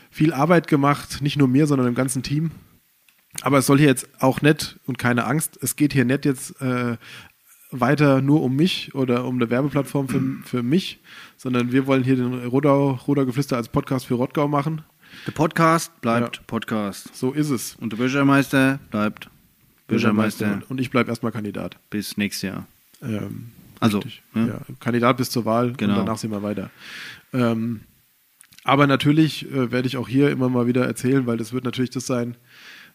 Speaker 3: viel Arbeit gemacht, nicht nur mir, sondern dem ganzen Team. Aber es soll hier jetzt auch nicht und keine Angst, es geht hier nicht jetzt äh, weiter nur um mich oder um eine Werbeplattform für, für mich, sondern wir wollen hier den Rodau, Rodau Geflüster als Podcast für Rottgau machen.
Speaker 2: Der Podcast bleibt Podcast.
Speaker 3: So ist es.
Speaker 2: Und der Bürgermeister bleibt Bürgermeister.
Speaker 3: Und- Und ich bleibe erstmal Kandidat.
Speaker 2: Bis nächstes Jahr.
Speaker 3: Ähm,
Speaker 2: Also,
Speaker 3: richtig.
Speaker 2: ne?
Speaker 3: ja, Kandidat bis zur Wahl
Speaker 2: Genau.
Speaker 3: und danach sehen wir weiter. Ähm, aber natürlich äh, werde ich auch hier immer mal wieder erzählen, weil das wird natürlich das sein,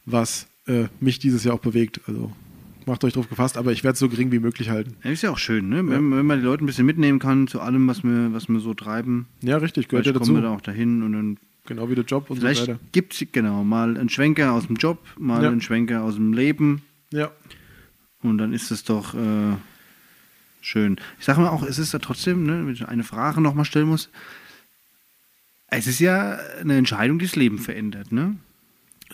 Speaker 3: was äh, mich dieses Jahr auch bewegt. Also macht euch drauf gefasst, aber ich werde es so gering wie möglich halten.
Speaker 2: Ja, ist ja auch schön, ne? Wenn, wenn man die Leute ein bisschen mitnehmen kann zu allem, was wir, was wir so treiben.
Speaker 3: Ja, richtig, gehört ja
Speaker 2: Vielleicht kommen
Speaker 3: dazu.
Speaker 2: wir da auch dahin und dann
Speaker 3: Genau wie der Job und so weiter.
Speaker 2: vielleicht gibt es genau mal einen Schwenker aus dem Job, mal
Speaker 3: Ja.
Speaker 2: einen Schwenker aus dem Leben
Speaker 3: Ja,
Speaker 2: und dann ist es doch äh, schön. Ich sage mal auch, es ist ja trotzdem, ne, wenn ich eine Frage nochmal stellen muss, es ist ja eine Entscheidung, die das Leben verändert, ne?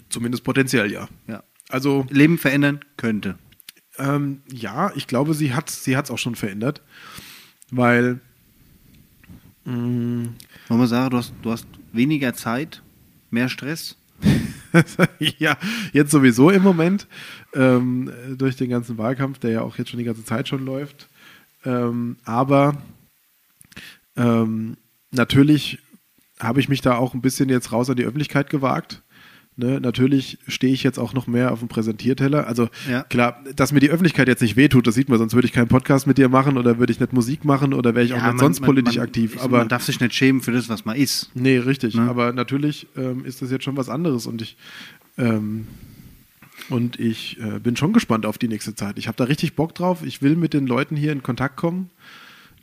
Speaker 3: zumindest potenziell ja.
Speaker 2: Ja.
Speaker 3: Also
Speaker 2: Leben verändern könnte.
Speaker 3: Ähm, ja, ich glaube, sie hat es sie hat's auch schon verändert, weil mm,
Speaker 2: Wollen wir sagen, du hast, du hast weniger Zeit, mehr Stress.
Speaker 3: ja, jetzt sowieso im Moment ähm, durch den ganzen Wahlkampf, der ja auch jetzt schon die ganze Zeit schon läuft. Ähm, aber ähm, natürlich habe ich mich da auch ein bisschen jetzt raus an die Öffentlichkeit gewagt. Ne, natürlich stehe ich jetzt auch noch mehr auf dem Präsentierteller. Also
Speaker 2: Ja.
Speaker 3: klar, dass mir die Öffentlichkeit jetzt nicht wehtut, das sieht man, sonst würde ich keinen Podcast mit dir machen oder würde ich nicht Musik machen oder wäre ich auch
Speaker 2: Ja,
Speaker 3: nicht sonst politisch aktiv.
Speaker 2: ich-
Speaker 3: aber
Speaker 2: man darf sich nicht schämen für das, was man ist.
Speaker 3: Nee, richtig.
Speaker 2: Ne?
Speaker 3: Aber natürlich ähm, ist das jetzt schon was anderes und ich ähm, und ich äh, bin schon gespannt auf die nächste Zeit. Ich habe da richtig Bock drauf. Ich will mit den Leuten hier in Kontakt kommen.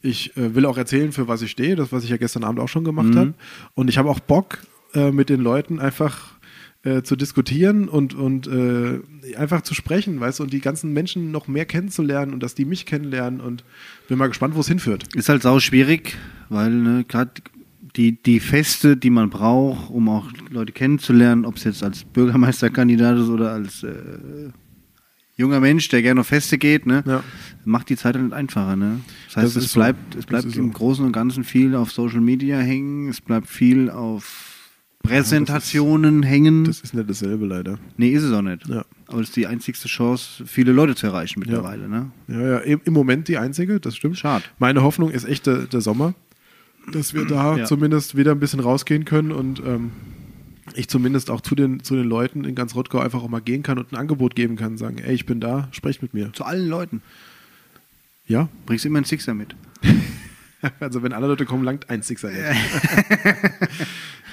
Speaker 3: Ich äh, will auch erzählen, für was ich stehe, das, was ich ja gestern Abend auch schon gemacht habe. Und ich habe auch Bock, äh, mit den Leuten einfach äh, zu diskutieren und, und äh, einfach zu sprechen, weißt du, und die ganzen Menschen noch mehr kennenzulernen und dass die mich kennenlernen und bin mal gespannt, wo es hinführt.
Speaker 2: Ist halt sau schwierig, weil ne, gerade die, die Feste, die man braucht, um auch Leute kennenzulernen, ob es jetzt als Bürgermeisterkandidat ist oder als äh, junger Mensch, der gerne auf Feste geht, ne,
Speaker 3: Ja.
Speaker 2: macht die Zeit halt nicht einfacher. Ne? Das heißt,
Speaker 3: Das ist
Speaker 2: es
Speaker 3: so.
Speaker 2: bleibt, es
Speaker 3: Das
Speaker 2: bleibt
Speaker 3: ist
Speaker 2: im
Speaker 3: so.
Speaker 2: Großen und Ganzen viel auf Social Media hängen, es bleibt viel auf Präsentationen hängen.
Speaker 3: Das ist nicht dasselbe leider.
Speaker 2: nee, ist es auch nicht.
Speaker 3: Ja.
Speaker 2: Aber es ist die einzigste Chance, viele Leute zu erreichen mittlerweile. Ne?
Speaker 3: Ja, ja, im im Moment die einzige, das stimmt.
Speaker 2: Schade.
Speaker 3: Meine Hoffnung ist echt der, der Sommer, dass wir da
Speaker 2: Ja.
Speaker 3: zumindest wieder ein bisschen rausgehen können und ähm, ich zumindest auch zu den, zu den Leuten in ganz Rottgau einfach auch mal gehen kann und ein Angebot geben kann, sagen, ey, ich bin da, sprecht mit mir.
Speaker 2: Zu allen Leuten.
Speaker 3: Ja,
Speaker 2: Bringst immer einen Sixer mit.
Speaker 3: also wenn alle Leute kommen, langt ein Sixer nicht.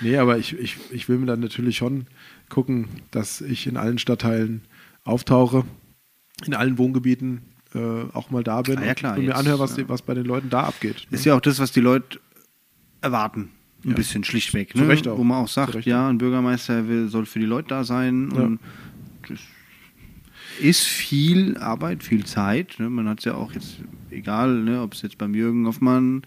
Speaker 3: nee, aber ich, ich, ich will mir dann natürlich schon gucken, dass ich in allen Stadtteilen auftauche, in allen Wohngebieten äh, auch mal da bin
Speaker 2: Ah, ja, klar,
Speaker 3: und, und mir
Speaker 2: jetzt,
Speaker 3: anhöre, was,
Speaker 2: ja.
Speaker 3: was bei den Leuten da abgeht.
Speaker 2: Ist ja auch das, was die Leute erwarten. Ein bisschen schlichtweg. Ne?
Speaker 3: Zu Recht auch.
Speaker 2: Wo man auch
Speaker 3: Zu
Speaker 2: sagt,
Speaker 3: Recht
Speaker 2: ja, ein Bürgermeister will, soll für die Leute da sein. Und das ist viel Arbeit, viel Zeit. Ne? Man hat es ja auch jetzt, egal, ne? ob es jetzt beim Jürgen Hoffmann,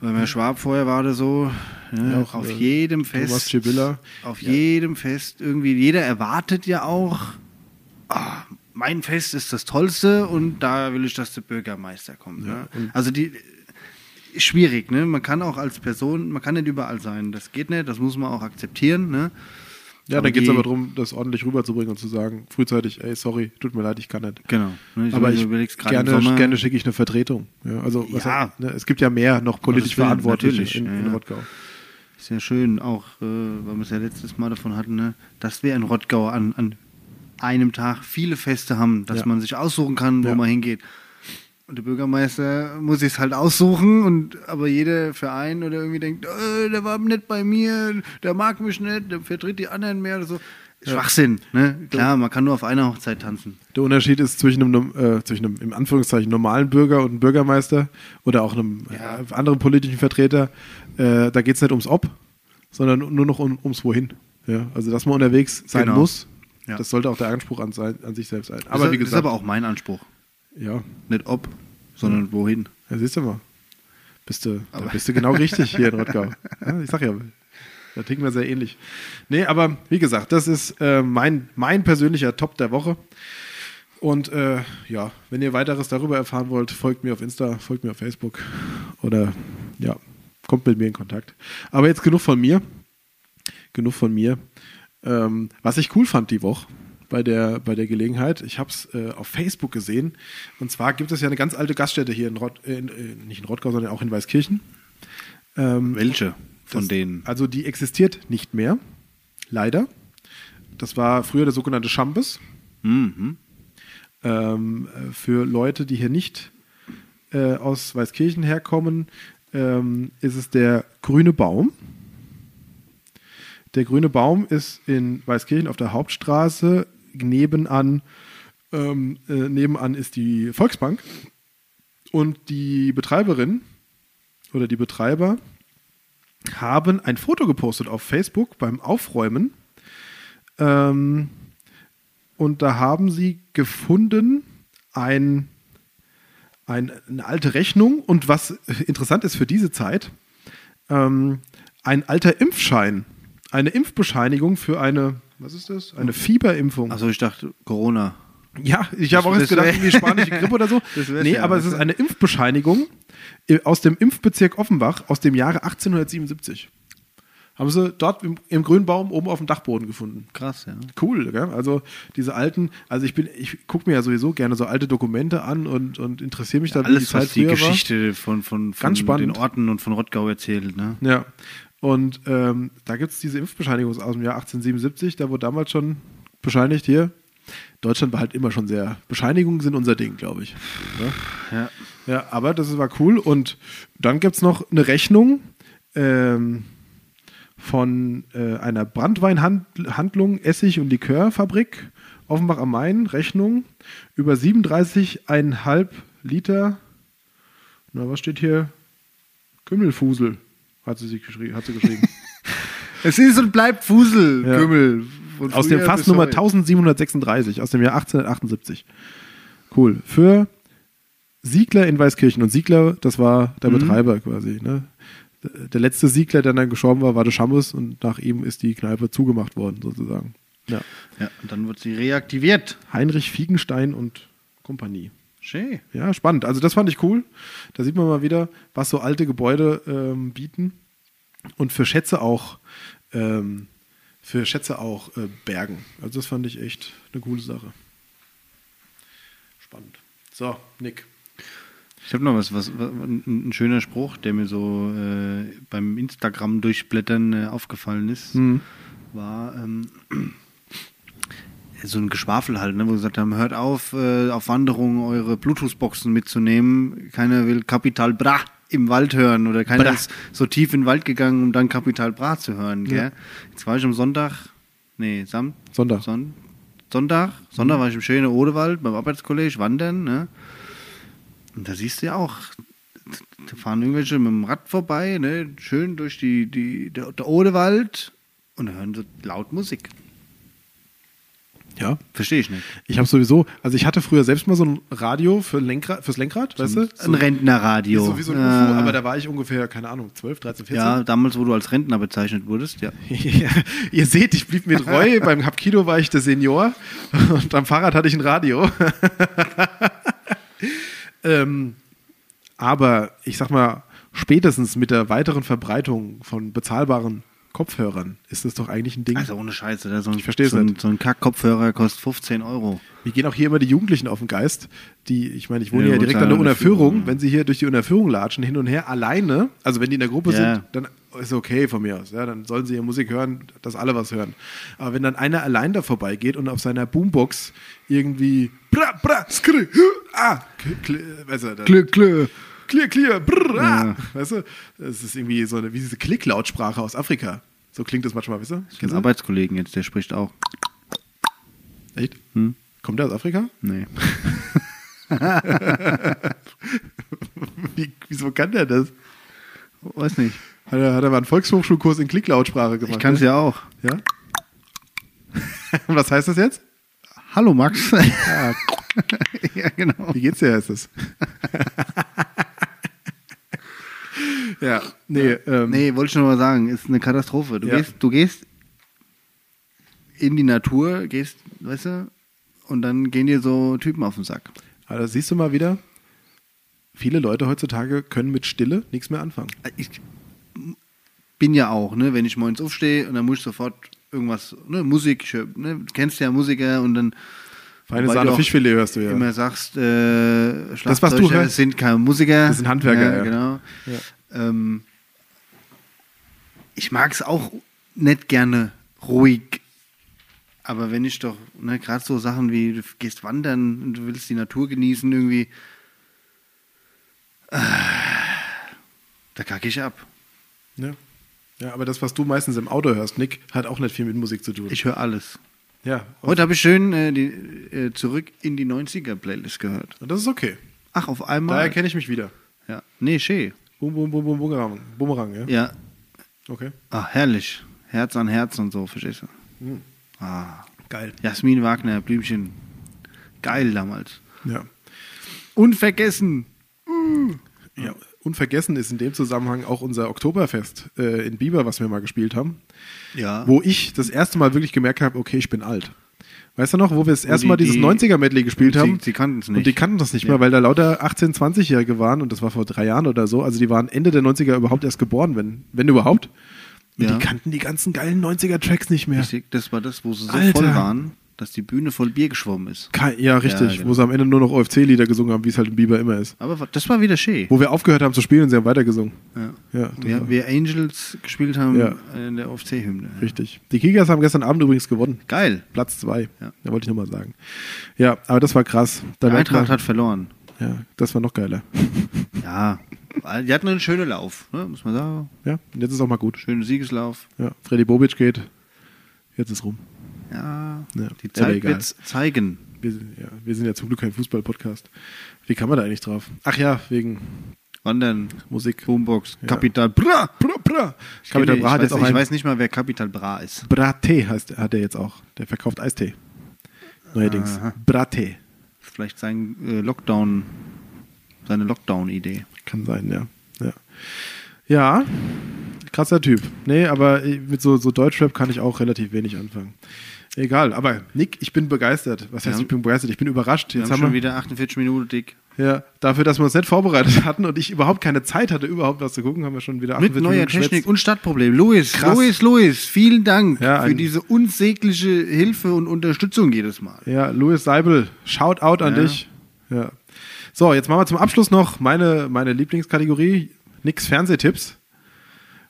Speaker 2: beim Herr Schwab vorher war das so, ne?
Speaker 3: Ja, auch,
Speaker 2: auf
Speaker 3: äh,
Speaker 2: jedem
Speaker 3: Thomas
Speaker 2: Fest.
Speaker 3: Cibilla.
Speaker 2: Auf
Speaker 3: Ja.
Speaker 2: jedem Fest irgendwie. Jeder erwartet ja auch, ah, mein Fest ist das Tollste und da will ich, dass der Bürgermeister kommt. ne? Also die ist schwierig, ne? Man kann auch als Person, man kann nicht überall sein. Das geht nicht, das muss man auch akzeptieren, ne?
Speaker 3: Ja,
Speaker 2: Aber
Speaker 3: dann geht es
Speaker 2: die-
Speaker 3: aber darum, das ordentlich rüberzubringen und zu sagen, frühzeitig, ey, sorry, tut mir leid, ich kann nicht.
Speaker 2: Genau. Ne?
Speaker 3: aber
Speaker 2: meine,
Speaker 3: ich
Speaker 2: du überlegst gerade im
Speaker 3: gerne,
Speaker 2: Sommer-
Speaker 3: gerne schicke ich eine Vertretung. Ja, also was
Speaker 2: Ja.
Speaker 3: heißt, ne, es gibt ja mehr noch politisch
Speaker 2: Gottes Willen,
Speaker 3: Verantwortliche
Speaker 2: natürlich,
Speaker 3: in,
Speaker 2: ja,
Speaker 3: in
Speaker 2: ja.
Speaker 3: Rottgau.
Speaker 2: Ist ja schön, auch äh, weil wir es ja letztes Mal davon hatten, ne, dass wir in Rottgau an, an einem Tag viele Feste haben, dass
Speaker 3: Ja.
Speaker 2: man sich aussuchen kann, wo
Speaker 3: Ja.
Speaker 2: man hingeht. Und der Bürgermeister muss sich halt aussuchen und aber jeder Verein oder irgendwie denkt, äh, der war nicht bei mir, der mag mich nicht, der vertritt die anderen mehr oder so. Schwachsinn, ne? Klar, man kann nur auf einer Hochzeit tanzen.
Speaker 3: Der Unterschied ist zwischen einem, äh, zwischen einem, im Anführungszeichen, normalen Bürger und einem Bürgermeister oder auch einem äh, anderen politischen Vertreter, äh, da geht es nicht ums Ob, sondern nur noch um, ums Wohin. Ja, also, dass man unterwegs sein
Speaker 2: Genau.
Speaker 3: muss,
Speaker 2: Ja.
Speaker 3: das sollte auch der Anspruch an, sein, an sich selbst sein. Aber
Speaker 2: das,
Speaker 3: wie
Speaker 2: das
Speaker 3: gesagt,
Speaker 2: ist aber auch mein Anspruch.
Speaker 3: ja,
Speaker 2: Nicht ob, sondern wohin.
Speaker 3: Ja, siehst du mal. Bist du, da bist du genau richtig hier in Rottgau. Ja, ich sag ja, da ticken wir sehr ähnlich. Nee, aber wie gesagt, das ist äh, mein, mein persönlicher Top der Woche. Und äh, ja, wenn ihr weiteres darüber erfahren wollt, folgt mir auf Insta, folgt mir auf Facebook oder ja, kommt mit mir in Kontakt. Aber jetzt genug von mir. Genug von mir. Ähm, was ich cool fand die Woche bei der, bei der Gelegenheit, ich habe es äh, auf Facebook gesehen. Und zwar gibt es ja eine ganz alte Gaststätte hier in Rott, äh, in, äh, nicht in Rottgau, sondern auch in Weißkirchen. Ähm,
Speaker 2: Welche? von
Speaker 3: Das-
Speaker 2: denen.
Speaker 3: Also die existiert nicht mehr, leider. Das war früher der sogenannte Schampes.
Speaker 2: Mhm.
Speaker 3: Ähm, äh, für Leute, die hier nicht äh, aus Weißkirchen herkommen, ähm, ist es der grüne Baum. Der grüne Baum ist in Weißkirchen auf der Hauptstraße. Nebenan, ähm, äh, nebenan ist die Volksbank. Und die Betreiberin oder die Betreiber haben ein Foto gepostet auf Facebook beim Aufräumen. Ähm, und da haben sie gefunden ein, ein, eine alte Rechnung und was interessant ist für diese Zeit, ähm, ein alter Impfschein, eine Impfbescheinigung für eine, was ist das? Eine Fieberimpfung.
Speaker 2: Achso, Also ich dachte, Corona.
Speaker 3: Ja, ich habe auch
Speaker 2: Das-
Speaker 3: erst
Speaker 2: das
Speaker 3: gedacht,
Speaker 2: wär-
Speaker 3: irgendwie spanische Grippe oder so.
Speaker 2: Das wär's
Speaker 3: Nee,
Speaker 2: ja.
Speaker 3: aber es ist eine Impfbescheinigung äh, aus dem Impfbezirk Offenbach aus dem Jahre 1877. Haben sie dort im, im Grünbaum oben auf dem Dachboden gefunden.
Speaker 2: Krass, ja.
Speaker 3: Cool, gell? Also diese alten, also ich bin, ich gucke mir ja sowieso gerne so alte Dokumente an und, und interessiere mich da wie
Speaker 2: Alles, was die
Speaker 3: früher war.
Speaker 2: Geschichte von, von, von
Speaker 3: Ganz spannend.
Speaker 2: den Orten und von Rottgau erzählt. Ne?
Speaker 3: Ja. Und ähm, da gibt es diese Impfbescheinigung aus dem Jahr 1877, da wurde damals schon bescheinigt hier. Deutschland war halt immer schon sehr. Bescheinigungen sind unser Ding, glaube ich.
Speaker 2: Ja.
Speaker 3: Ja, aber das war cool. Und dann gibt es noch eine Rechnung ähm, von äh, einer Brandweinhandlung, Essig- und Likörfabrik, Offenbach am Main, Rechnung über 37,5 Liter. Na, was steht hier? Kümmelfusel, hat sie, sich geschrie hat sie geschrieben.
Speaker 2: Es ist und bleibt Fusel,
Speaker 3: Ja.
Speaker 2: Kümmel. Von
Speaker 3: aus dem
Speaker 2: früher
Speaker 3: Fass
Speaker 2: bis
Speaker 3: Nummer
Speaker 2: heute.
Speaker 3: 1736, aus dem Jahr 1878. Cool. Für Siegler in Weißkirchen. Und Siegler, das war der Betreiber quasi. Ne? Der letzte Siegler, der dann gestorben war, war der Schamus und nach ihm ist die Kneipe zugemacht worden, sozusagen. Ja.
Speaker 2: Ja, und dann wird sie reaktiviert.
Speaker 3: Heinrich Fiegenstein und Kompanie.
Speaker 2: Schön.
Speaker 3: Ja, spannend. Also das fand ich cool. Da sieht man mal wieder, was so alte Gebäude ähm, bieten und für Schätze auch ähm, für Schätze auch äh, bergen. Also das fand ich echt eine coole Sache. Spannend. So, Nick.
Speaker 2: Ich habe noch was, was, was ein, ein schöner Spruch, der mir so äh, beim Instagram durchblättern äh, aufgefallen ist, war ähm, so ein Geschwafel halt, ne, wo sie gesagt haben, hört auf, äh, auf Wanderungen eure Bluetooth-Boxen mitzunehmen. Keiner will Kapital Bra im Wald hören oder keiner
Speaker 3: Bra.
Speaker 2: ist so tief in den Wald gegangen, um dann Kapital Bra zu hören. Gell?
Speaker 3: Ja.
Speaker 2: Jetzt war ich am Sonntag, nee, Sam
Speaker 3: Sonntag. Mhm.
Speaker 2: Son Sonntag, Sonntag war ich im schönen Odewald beim Arbeitskolleg wandern, ne? Und da siehst du ja auch, da fahren irgendwelche mit dem Rad vorbei, ne? schön durch die, die, der, der Odewald und hören so laut Musik.
Speaker 3: Ja.
Speaker 2: Verstehe ich nicht.
Speaker 3: Ich habe sowieso, also ich hatte früher selbst mal so ein Radio für Lenkrad, fürs Lenkrad, weißt du? So,
Speaker 2: Ein Rentnerradio.
Speaker 3: so wie so ein
Speaker 2: Äh,
Speaker 3: UFO, aber da war ich ungefähr, keine Ahnung, 12, 13, 14.
Speaker 2: ja, damals, wo du als Rentner bezeichnet wurdest,
Speaker 3: Mhm.
Speaker 2: ja.
Speaker 3: Ja, ihr seht, ich blieb mir treu. Beim Hapkido war ich der Senior und am Fahrrad hatte ich ein Radio. ähm, aber ich sag mal, spätestens mit der weiteren Verbreitung von bezahlbaren Kopfhörern ist das doch eigentlich ein Ding.
Speaker 2: Also ohne Scheiße, da so ein,
Speaker 3: Ich versteh's
Speaker 2: so ein,
Speaker 3: nicht.
Speaker 2: so ein Kack-Kopfhörer kostet 15 Euro.
Speaker 3: Wir gehen auch hier immer die Jugendlichen auf den Geist, die, ich meine, ich wohne
Speaker 2: Ja,
Speaker 3: ja,
Speaker 2: gut,
Speaker 3: direkt
Speaker 2: ja,
Speaker 3: an der
Speaker 2: das
Speaker 3: Unerführung,
Speaker 2: stimmt.
Speaker 3: wenn sie hier durch die Unerführung latschen, hin und her, alleine, also wenn die in der Gruppe
Speaker 2: Ja.
Speaker 3: sind, dann ist okay von mir aus, ja, dann sollen sie ihre Musik hören, dass alle was hören. Aber wenn dann einer allein da vorbeigeht und auf seiner Boombox irgendwie bra, bra, skr, hu, ah, kl, kl, weißt du, da-
Speaker 2: Glück, Glück.
Speaker 3: clear, clear, brr,
Speaker 2: Ja.
Speaker 3: ah, weißt du, das ist irgendwie so eine, wie diese Klicklautsprache aus Afrika. So klingt das manchmal, weißt du?
Speaker 2: Ich
Speaker 3: Kennst
Speaker 2: habe
Speaker 3: du?
Speaker 2: Arbeitskollegen jetzt, der spricht auch.
Speaker 3: Echt?
Speaker 2: Mhm.
Speaker 3: Kommt der aus Afrika?
Speaker 2: Nee.
Speaker 3: Wie, wieso kann der das?
Speaker 2: Weiß nicht.
Speaker 3: Hat er, hat er mal einen Volkshochschulkurs in Klicklautsprache gemacht?
Speaker 2: Ich kann es ja auch.
Speaker 3: ja. Und was heißt das jetzt?
Speaker 2: Hallo Max. ja, genau.
Speaker 3: Wie geht's dir, heißt das? ja, nee, ähm,
Speaker 2: Nee, wollte ich nur mal sagen, ist eine Katastrophe. Du,
Speaker 3: Ja.
Speaker 2: gehst, du gehst in die Natur, gehst, weißt du, und dann gehen dir so Typen auf den Sack.
Speaker 3: Aber das siehst du mal wieder, viele Leute heutzutage können mit Stille nichts mehr anfangen.
Speaker 2: Ich bin ja auch, ne, wenn ich morgens aufstehe und dann muss ich sofort irgendwas, ne, Musik, ich, hör- ne, du kennst ja Musiker und dann
Speaker 3: Feine
Speaker 2: wobei
Speaker 3: Sahne
Speaker 2: du auch
Speaker 3: Fischfilet hörst du ja.
Speaker 2: Immer sagst, äh,
Speaker 3: Das, was du
Speaker 2: Schlagzeuger
Speaker 3: hörst.
Speaker 2: sind keine Musiker.
Speaker 3: Das sind Handwerker, ja.
Speaker 2: Genau. Ähm, ich mag es auch nicht gerne ruhig. Aber wenn ich doch, ne, gerade so Sachen wie, du gehst wandern und du willst die Natur genießen, irgendwie, äh, da kacke ich ab.
Speaker 3: Ja. ja, aber das, was du meistens im Auto hörst, Nick, hat auch nicht viel mit Musik zu tun.
Speaker 2: Ich höre alles.
Speaker 3: ja,
Speaker 2: Heute habe ich schön äh, die, äh, zurück in die 90er-Playlist gehört.
Speaker 3: und das ist okay.
Speaker 2: Ach, auf
Speaker 3: Da
Speaker 2: einmal.
Speaker 3: erkenne ich mich wieder.
Speaker 2: ja. Nee, schön.
Speaker 3: Boom, boom, boom, boom, Bumerang. Bumerang, ja?
Speaker 2: Ja.
Speaker 3: Okay.
Speaker 2: Ach, herrlich. Herz an Herz und so, verstehst du?
Speaker 3: Hm.
Speaker 2: Ah.
Speaker 3: Geil.
Speaker 2: Jasmin Wagner, Blümchen. Geil damals.
Speaker 3: Ja.
Speaker 2: Unvergessen.
Speaker 3: ja. Unvergessen ist in dem Zusammenhang auch unser Oktoberfest äh, in Bieber, was wir mal gespielt haben.
Speaker 2: Ja.
Speaker 3: wo ich das erste Mal wirklich gemerkt habe, okay, ich bin alt. Weißt du noch, wo wir das erste
Speaker 2: die-
Speaker 3: Mal dieses
Speaker 2: die-
Speaker 3: 90er-Medley gespielt
Speaker 2: und sie-
Speaker 3: haben?
Speaker 2: sie kannten's nicht.
Speaker 3: Und die kannten das nicht mehr, weil da lauter 18-, 20-Jährige waren und das war vor drei Jahren oder so. Also die waren Ende der 90er überhaupt erst geboren, wenn, wenn überhaupt. Und
Speaker 2: Ja.
Speaker 3: die kannten die ganzen geilen 90er-Tracks nicht mehr.
Speaker 2: Richtig, Das war das, wo sie so
Speaker 3: Alter.
Speaker 2: voll waren, dass die Bühne voll Bier geschwommen ist.
Speaker 3: Ke- Ja, richtig.
Speaker 2: Ja, genau.
Speaker 3: Wo sie am Ende nur noch OFC-Lieder gesungen haben, wie es halt in Bieber immer ist.
Speaker 2: Aber wa- das war wieder schön.
Speaker 3: Wo wir aufgehört haben zu spielen und sie haben weitergesungen.
Speaker 2: Ja.
Speaker 3: Ja, das
Speaker 2: Wir,
Speaker 3: war-
Speaker 2: wir Angels gespielt haben
Speaker 3: Ja.
Speaker 2: in der OFC-Hymne.
Speaker 3: richtig. Die Kickers haben gestern Abend übrigens gewonnen.
Speaker 2: Geil.
Speaker 3: Platz zwei.
Speaker 2: Ja.
Speaker 3: Da wollte ich nochmal sagen. Ja, aber das war krass. Da merkt
Speaker 2: Eintracht
Speaker 3: man-
Speaker 2: hat verloren.
Speaker 3: ja, das war noch geiler.
Speaker 2: Ja. Die hatten einen schönen Lauf, ne? muss man sagen.
Speaker 3: Ja, und jetzt ist auch mal gut.
Speaker 2: Schönen Siegeslauf.
Speaker 3: Ja, Freddy Bobic geht. Jetzt ist rum.
Speaker 2: Ja.
Speaker 3: Ja,
Speaker 2: Die
Speaker 3: aber
Speaker 2: Zeit
Speaker 3: egal.
Speaker 2: wird's zeigen.
Speaker 3: Wir, sind- ja, wir sind ja zum Glück kein Fußball-Podcast. Wie kam man da eigentlich drauf? Ach ja, wegen
Speaker 2: Wandern,
Speaker 3: Musik.
Speaker 2: Boombox,
Speaker 3: Ja.
Speaker 2: Kapital Bra.
Speaker 3: Bra, bra.
Speaker 2: Ich, kenne-
Speaker 3: Kapital
Speaker 2: ich,
Speaker 3: Bra hat
Speaker 2: weiß,
Speaker 3: jetzt auch
Speaker 2: ich
Speaker 3: einen
Speaker 2: weiß nicht mal, wer Kapital Bra ist.
Speaker 3: Brattee heißt, hat er jetzt auch. Der verkauft Eistee. Neuerdings. Brattee.
Speaker 2: Vielleicht sein äh, Lockdown, seine Lockdown-Idee.
Speaker 3: Kann sein, ja. Ja. ja. Krasser Typ. Nee, aber mit so, so Deutschrap kann ich auch relativ wenig anfangen. Egal, aber Nick, ich bin begeistert. Was heißt,
Speaker 2: haben-
Speaker 3: ich bin begeistert? Ich bin überrascht.
Speaker 2: Wir
Speaker 3: Jetzt
Speaker 2: haben
Speaker 3: haben
Speaker 2: schon
Speaker 3: wir
Speaker 2: wieder 48 Minuten dick.
Speaker 3: Ja, dafür, dass wir uns nicht vorbereitet hatten und ich überhaupt keine Zeit hatte, überhaupt was zu gucken, haben wir schon wieder
Speaker 2: Mit
Speaker 3: 48
Speaker 2: neuer
Speaker 3: Minuten geschwätzt.
Speaker 2: Technik und Stadtproblem. Luis,
Speaker 3: Krass.
Speaker 2: Luis, Luis, vielen Dank
Speaker 3: Ja,
Speaker 2: für
Speaker 3: ein-
Speaker 2: diese unsägliche Hilfe und Unterstützung jedes Mal.
Speaker 3: Ja, Louis Seibel, shout out an
Speaker 2: Ja.
Speaker 3: dich. Ja. So, jetzt machen wir zum Abschluss noch meine, meine Lieblingskategorie, nix Fernsehtipps.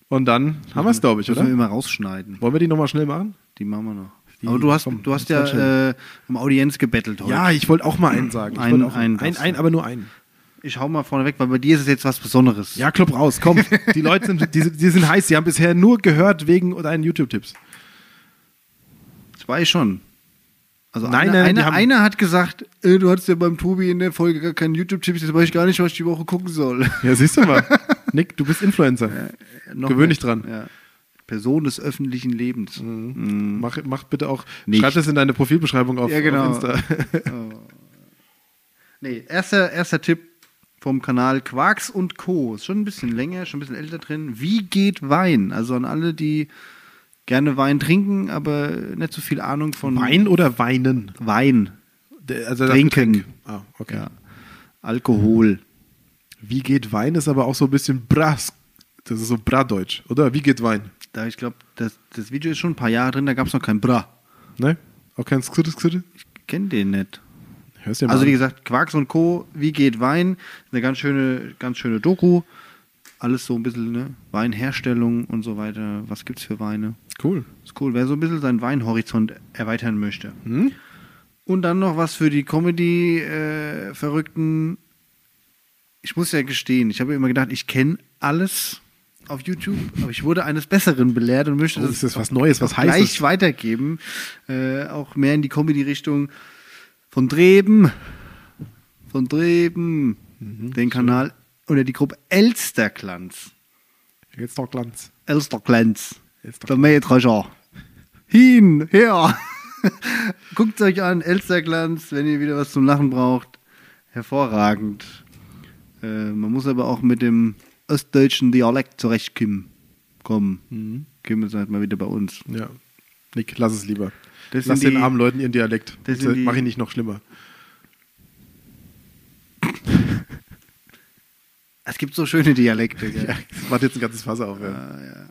Speaker 3: Und dann haben wir es, glaube ich,
Speaker 2: Müssen wir
Speaker 3: oder?
Speaker 2: immer rausschneiden.
Speaker 3: Wollen wir die nochmal schnell machen?
Speaker 2: Die machen wir noch.
Speaker 3: Die-
Speaker 2: Aber du hast,
Speaker 3: komm,
Speaker 2: du hast
Speaker 3: das war
Speaker 2: ja
Speaker 3: schön.
Speaker 2: äh, um Audienz gebettelt heute.
Speaker 3: Ja, ich wollte auch mal einen sagen. Ich
Speaker 2: Einen-
Speaker 3: wollte auch
Speaker 2: einen
Speaker 3: ein,
Speaker 2: darfst
Speaker 3: ein,
Speaker 2: du.
Speaker 3: aber nur einen.
Speaker 2: Ich hau mal vorne weg, weil bei dir ist es jetzt was Besonderes.
Speaker 3: Ja, klopp raus, komm. Die Leute sind, die, sind- die sind heiß, die haben bisher nur gehört wegen deinen YouTube-Tipps.
Speaker 2: Zwei schon. Also
Speaker 3: Nein,
Speaker 2: einer,
Speaker 3: nein, die
Speaker 2: einer,
Speaker 3: haben-
Speaker 2: einer hat gesagt, äh, du hattest ja beim Tobi in der Folge gar keinen YouTube-Tipps, jetzt weiß ich gar nicht, was ich die Woche gucken soll.
Speaker 3: Ja, siehst du mal. Nick, du bist Influencer.
Speaker 2: Noch
Speaker 3: Gewöhn
Speaker 2: nicht.
Speaker 3: dich dran. Mhm.
Speaker 2: Ja. Person des öffentlichen Lebens.
Speaker 3: Mach, mach bitte auch,
Speaker 2: Nicht.
Speaker 3: schreib das in deine Profilbeschreibung auf,
Speaker 2: Ja, genau.
Speaker 3: auf Insta.
Speaker 2: Nee, erster, erster Tipp vom Kanal Quarks und Co. Ist schon ein bisschen länger, schon ein bisschen älter drin. Wie geht Wein? Also an alle, die gerne Wein trinken, aber nicht so viel Ahnung von
Speaker 3: Wein oder weinen?
Speaker 2: Wein.
Speaker 3: D- Also das
Speaker 2: Trinken.
Speaker 3: Getränk. Ah, okay.
Speaker 2: Ja. Alkohol.
Speaker 3: Wie geht Wein ist aber auch so ein bisschen Bras. Das ist so Bradeutsch, oder? Wie geht Wein?
Speaker 2: Da ich glaube, das, das Video ist schon ein paar Jahre drin, da gab es noch kein Bra.
Speaker 3: Ne? Auch kein Skritte, Skritte?
Speaker 2: Kennt den nicht.
Speaker 3: Hörst du ja mal
Speaker 2: Also wie
Speaker 3: an.
Speaker 2: gesagt, Quarks und Co. Wie geht Wein? Eine ganz schöne, ganz schöne Doku. Alles so ein bisschen, ne? Weinherstellung und so weiter. Was gibt's für Weine?
Speaker 3: Cool.
Speaker 2: Ist cool, wer so ein bisschen seinen Weinhorizont erweitern möchte.
Speaker 3: Hm?
Speaker 2: Und dann noch was für die Comedy-Verrückten. ich muss ja gestehen, ich habe immer gedacht, ich kenne alles auf YouTube, aber ich wurde eines Besseren belehrt und möchte
Speaker 3: Oh, ist das was Neues, was
Speaker 2: auch gleich
Speaker 3: Heißes?
Speaker 2: weitergeben. Äh, auch mehr in die Comedy-Richtung von Dreben. Von Dreben. den Kanal oder die Gruppe Elsterglanz.
Speaker 3: Jetzt noch Glanz.
Speaker 2: Elsterglanz.
Speaker 3: Elsterglanz.
Speaker 2: Der Mähdrescher. Hin, her. Guckt euch an, Elsterglanz, wenn ihr wieder was zum Lachen braucht. Hervorragend. Äh, man muss aber auch mit dem ostdeutschen Dialekt zurechtkommen. Kommen. Kommen jetzt halt mal wieder bei uns.
Speaker 3: Ja. Nick, lass es lieber.
Speaker 2: Das
Speaker 3: lass
Speaker 2: sind
Speaker 3: den
Speaker 2: die-
Speaker 3: armen Leuten ihren Dialekt.
Speaker 2: das sind die-
Speaker 3: Mach ihn nicht noch schlimmer.
Speaker 2: Es gibt so schöne Dialekte. Gell?
Speaker 3: Ja. Das macht jetzt ein ganzes Fass auf.
Speaker 2: Äh.
Speaker 3: Ja.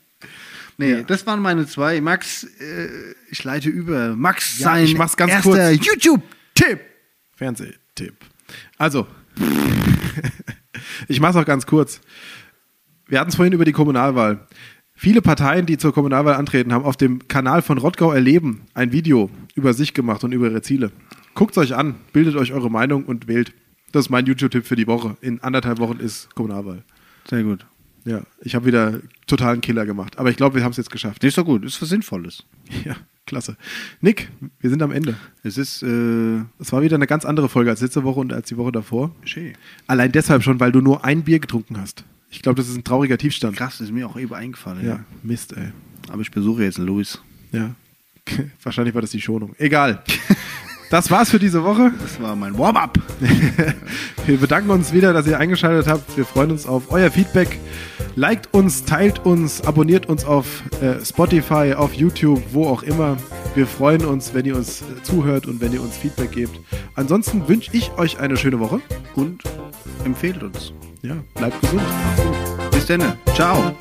Speaker 2: Nee, das waren meine zwei. Max, äh, ich leite über. Max,
Speaker 3: Ja,
Speaker 2: sein
Speaker 3: ich mach's ganz
Speaker 2: erster
Speaker 3: kurz.
Speaker 2: YouTube-Tipp.
Speaker 3: Fernsehtipp. Also, ich mach's auch ganz kurz. Wir hatten es vorhin über die Kommunalwahl. Viele Parteien, die zur Kommunalwahl antreten, haben auf dem Kanal von Rottgau erleben ein Video über sich gemacht und über ihre Ziele. Guckt euch an, bildet euch eure Meinung und wählt. Das ist mein YouTube-Tipp für die Woche. In anderthalb Wochen ist Kommunalwahl.
Speaker 2: Sehr gut.
Speaker 3: Ja, ich habe wieder totalen Killer gemacht. Aber ich glaube, wir haben es jetzt geschafft.
Speaker 2: Nee, ist doch gut, ist was Sinnvolles.
Speaker 3: Ja, klasse. Nick, wir sind am Ende.
Speaker 2: Es ist, äh,
Speaker 3: Es war wieder eine ganz andere Folge als letzte Woche und als die Woche davor.
Speaker 2: schön.
Speaker 3: Allein deshalb schon, weil du nur ein Bier getrunken hast. Ich glaube, das ist ein trauriger Tiefstand.
Speaker 2: Krass, ist mir auch eben eingefallen.
Speaker 3: Ja, Mist, ey.
Speaker 2: Aber ich besuche jetzt einen Louis.
Speaker 3: Ja. Wahrscheinlich war das die Schonung. Egal. Das war's für diese Woche.
Speaker 2: Das war mein Warm-up.
Speaker 3: Wir bedanken uns wieder, dass ihr eingeschaltet habt. Wir freuen uns auf euer Feedback. Liked uns, teilt uns, abonniert uns auf äh, Spotify, auf YouTube, wo auch immer. Wir freuen uns, wenn ihr uns äh, zuhört und wenn ihr uns Feedback gebt. Ansonsten wünsche ich euch eine schöne Woche.
Speaker 2: Und empfehlt uns.
Speaker 3: Ja, bleibt gesund.
Speaker 2: Bis dann. Ciao.